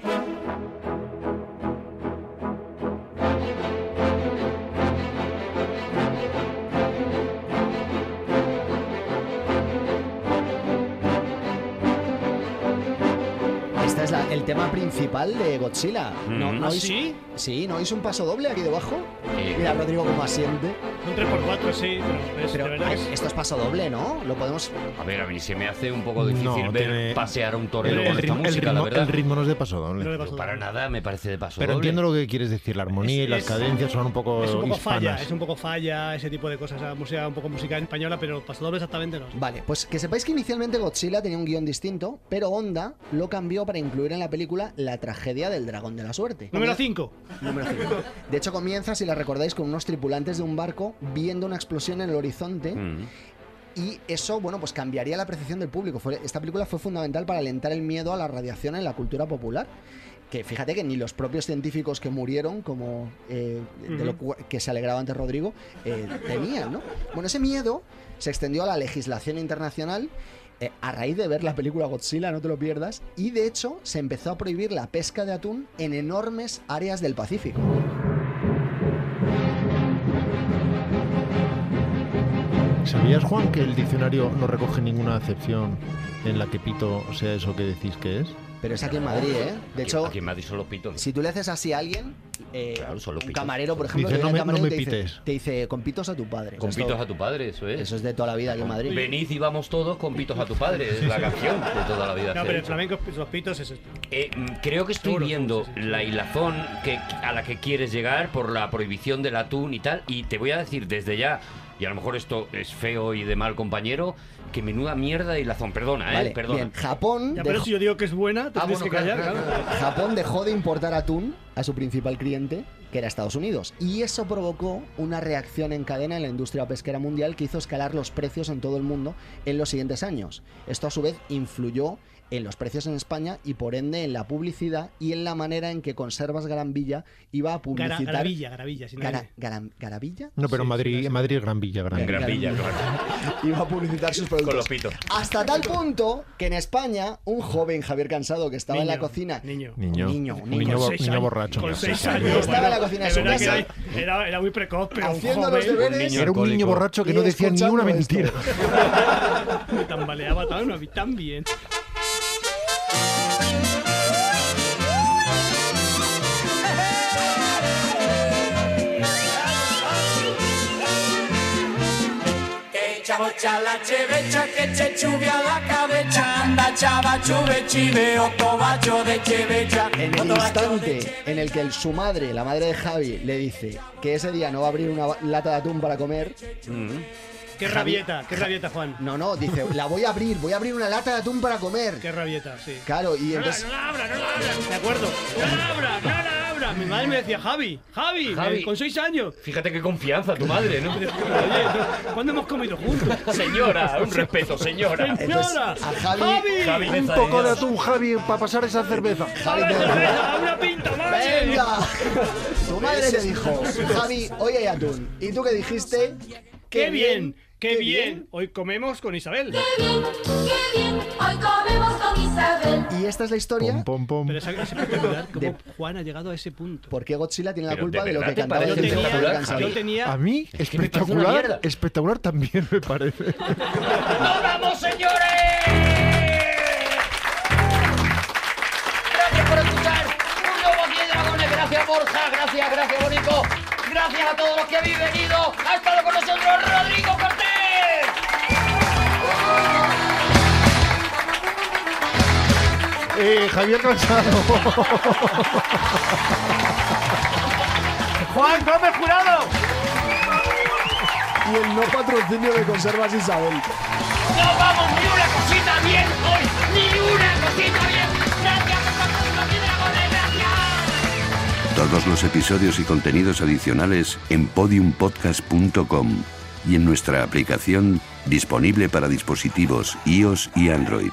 Speaker 6: Este es la- el tema principal de Godzilla. ¿No,
Speaker 3: Mm.
Speaker 6: no
Speaker 3: ¿Ah,
Speaker 6: oís-
Speaker 3: sí?
Speaker 6: Sí, ¿no oís un paso doble aquí debajo?
Speaker 4: Eh.
Speaker 6: Mira, Rodrigo, cómo asiente.
Speaker 3: Un 3x4, sí, pero, es-
Speaker 6: Pero
Speaker 3: de verdad
Speaker 6: ay,
Speaker 3: es-
Speaker 6: esto es paso doble, ¿no? Lo podemos...
Speaker 4: A ver, a mí se me hace un poco difícil
Speaker 5: No,
Speaker 4: ver
Speaker 5: tiene-
Speaker 4: pasear a un torero
Speaker 5: El,
Speaker 4: con
Speaker 5: el
Speaker 4: esta
Speaker 5: ritmo, el
Speaker 4: música,
Speaker 5: ritmo-
Speaker 4: la verdad.
Speaker 5: el ritmo no es de paso doble.
Speaker 4: Yo para nada me parece de paso
Speaker 5: Pero
Speaker 4: doble.
Speaker 5: entiendo lo que quieres decir. La armonía y
Speaker 3: Es-
Speaker 5: las
Speaker 3: es-
Speaker 5: cadencias son un poco,
Speaker 3: Es un poco falla,
Speaker 5: hispanas.
Speaker 3: es un poco falla, ese tipo de cosas, la música un poco música española, pero pasador exactamente no.
Speaker 6: Vale, pues que sepáis que inicialmente Godzilla tenía un guión distinto, pero Honda lo cambió para incluir en la película la tragedia del dragón de la suerte.
Speaker 3: Número 5.
Speaker 6: Número 5. De hecho,
Speaker 4: Mm.
Speaker 6: comienza, si la recordáis, con unos tripulantes de un barco viendo una explosión en el horizonte Y eso, bueno, pues cambiaría la percepción del público. Fue- esta película fue fundamental para alentar el miedo a la radiación en la cultura popular. Que fíjate que ni los propios científicos que murieron, como eh, de lo cu- que se alegraba antes Rodrigo, eh, tenían, ¿no? Bueno, ese miedo se extendió a la legislación internacional eh, a raíz de ver la película Godzilla, no te lo pierdas. Y de hecho, se empezó a prohibir la pesca de atún en enormes áreas del Pacífico.
Speaker 5: ¿Sabías, Juan, que el diccionario no recoge ninguna acepción en la que pito sea eso que decís que es?
Speaker 6: Pero es aquí en Madrid, ¿eh? De hecho,
Speaker 4: Aquí en Madrid solo pito.
Speaker 6: Si tú le haces así a alguien, eh, un camarero, por ejemplo,
Speaker 4: Dice,
Speaker 6: te
Speaker 4: "No
Speaker 6: viene
Speaker 4: me-
Speaker 6: el camarero
Speaker 4: no me
Speaker 6: y te dice-
Speaker 4: pites".
Speaker 6: te dice, compitos a tu padre.
Speaker 4: Con
Speaker 6: Esto-
Speaker 4: pitos a tu padre, eso es.
Speaker 6: Eso es de toda la vida aquí en Madrid.
Speaker 4: Venid y vamos todos con pitos a tu padre. Es la canción de toda la vida. se
Speaker 3: No, pero
Speaker 4: ha
Speaker 3: el
Speaker 4: hecho.
Speaker 3: flamenco, los pitos es esto.
Speaker 4: Eh, mm, creo que estoy viendo la hilazón que, a la que quieres llegar por la prohibición del atún y tal. Y te voy a decir desde ya, y a lo mejor esto es feo y de mal compañero, que menuda mierda de hilazón. Perdona, eh,
Speaker 6: Vale,
Speaker 4: perdona.
Speaker 6: bien. Japón,
Speaker 3: Ya, pero
Speaker 6: dejó-
Speaker 3: si yo digo que es buena, te
Speaker 4: Ah,
Speaker 3: tienes
Speaker 4: bueno,
Speaker 3: que callar,
Speaker 4: claro,
Speaker 3: claro.
Speaker 6: Japón dejó de importar atún a su principal cliente, que era Estados Unidos. Y eso provocó una reacción en cadena en la industria pesquera mundial que hizo escalar los precios en todo el mundo en los siguientes años. Esto a su vez influyó en los precios en España y por ende en la publicidad y en la manera en que Conservas Gran Villa iba a
Speaker 3: Gara-
Speaker 6: publicitar...
Speaker 3: Garavilla, Garavilla, sin la
Speaker 6: Gara-
Speaker 3: N.
Speaker 6: Garam- ¿Garavilla?
Speaker 5: No, pero en Madrid, en Madrid Gran Villa, Gran
Speaker 6: En Gran Villa, <laughs> Iba a publicitar sus productos.
Speaker 4: Con los pitos.
Speaker 6: Hasta tal punto que en España, un joven Javier Cansado que estaba en la cocina.
Speaker 3: Niño.
Speaker 5: Niño.
Speaker 6: Niño,
Speaker 5: Un niño
Speaker 6: Con
Speaker 5: bo-
Speaker 6: seis
Speaker 5: niño
Speaker 6: años.
Speaker 5: borracho.
Speaker 6: Con
Speaker 5: Con
Speaker 6: seis
Speaker 5: seis
Speaker 6: años.
Speaker 5: años.
Speaker 6: Estaba en la cocina de su
Speaker 3: verdad que
Speaker 6: casa.
Speaker 3: era, era- era muy precoz, pero
Speaker 6: Haciendo
Speaker 3: un joven,
Speaker 6: los deberes.
Speaker 4: niño
Speaker 5: Era un niño
Speaker 4: alcohólico.
Speaker 5: borracho que no decía ni una mentira.
Speaker 3: Me tambaleaba tan, tan bien.
Speaker 14: Que chabocha la chevecha, que che chuvia la cabecha, anda chava chuve chive, o tobacho de chevecha.
Speaker 6: En el instante en el que el- su madre, la madre de Javi, le dice que ese día no va a abrir una ba- lata de atún para comer.
Speaker 3: Qué rabieta, qué rabieta, Juan.
Speaker 6: No, no, dice, la voy a abrir, voy a abrir una lata de atún para comer.
Speaker 3: Qué rabieta, sí.
Speaker 6: Claro, y
Speaker 3: No la,
Speaker 6: entonces.
Speaker 3: no la abra, no la abra. De acuerdo. No la abra, no la abra. Mi madre me decía, Javi, Javi,
Speaker 4: Javi.
Speaker 3: eh, con seis años.
Speaker 4: Fíjate qué confianza tu madre, ¿no? <laughs>
Speaker 3: Oye, no, ¿cuándo hemos comido juntos?
Speaker 4: Señora, un respeto, señora.
Speaker 6: Entonces, a Javi,
Speaker 3: Javi.
Speaker 4: Javi,
Speaker 5: Un poco de atún, Javi, para pasar esa cerveza.
Speaker 6: Javi te-
Speaker 3: Venga, una pinta, madre.
Speaker 6: ¡Venga! <laughs> Tu madre te dijo, Javi, hoy hay atún. ¿Y tú qué dijiste?
Speaker 3: ¡Qué bien! ¡Qué bien! Hoy comemos con Isabel.
Speaker 15: ¡Qué bien! Hoy comemos con Isabel.
Speaker 6: Y esta es la historia
Speaker 3: Pero es, es espectacular cómo
Speaker 6: De-
Speaker 3: Juan ha llegado a ese punto.
Speaker 6: por qué Godzilla tiene la
Speaker 4: Pero,
Speaker 6: culpa
Speaker 4: ¿de
Speaker 6: de lo
Speaker 4: verdad
Speaker 6: que
Speaker 4: te
Speaker 6: cantaba
Speaker 4: parece
Speaker 6: el centro
Speaker 4: espectacular,
Speaker 6: Javier Cansado.
Speaker 3: Yo tenía...
Speaker 5: A mí,
Speaker 4: que me parece una
Speaker 5: espectacular,
Speaker 4: mierda.
Speaker 5: espectacular también me parece.
Speaker 1: ¡No vamos, señores! Gracias por escuchar un nuevo Aquí de Dragones. Gracias, Borja. Gracias, gracias, Bonico. Gracias a todos los que habéis venido. Ha estado con nosotros Rodrigo Cortés.
Speaker 5: Eh, Javier Cansado.
Speaker 1: Juan Gómez Jurado.
Speaker 6: Y el no patrocinio de Conservas Isabel.
Speaker 1: No vamos ni una cosita bien hoy. Ni una cosita bien. Gracias por estar aquí, Dragones. Gracias.
Speaker 16: Todos los episodios y contenidos adicionales en podiumpodcast.com y en nuestra aplicación disponible para dispositivos iOS y Android.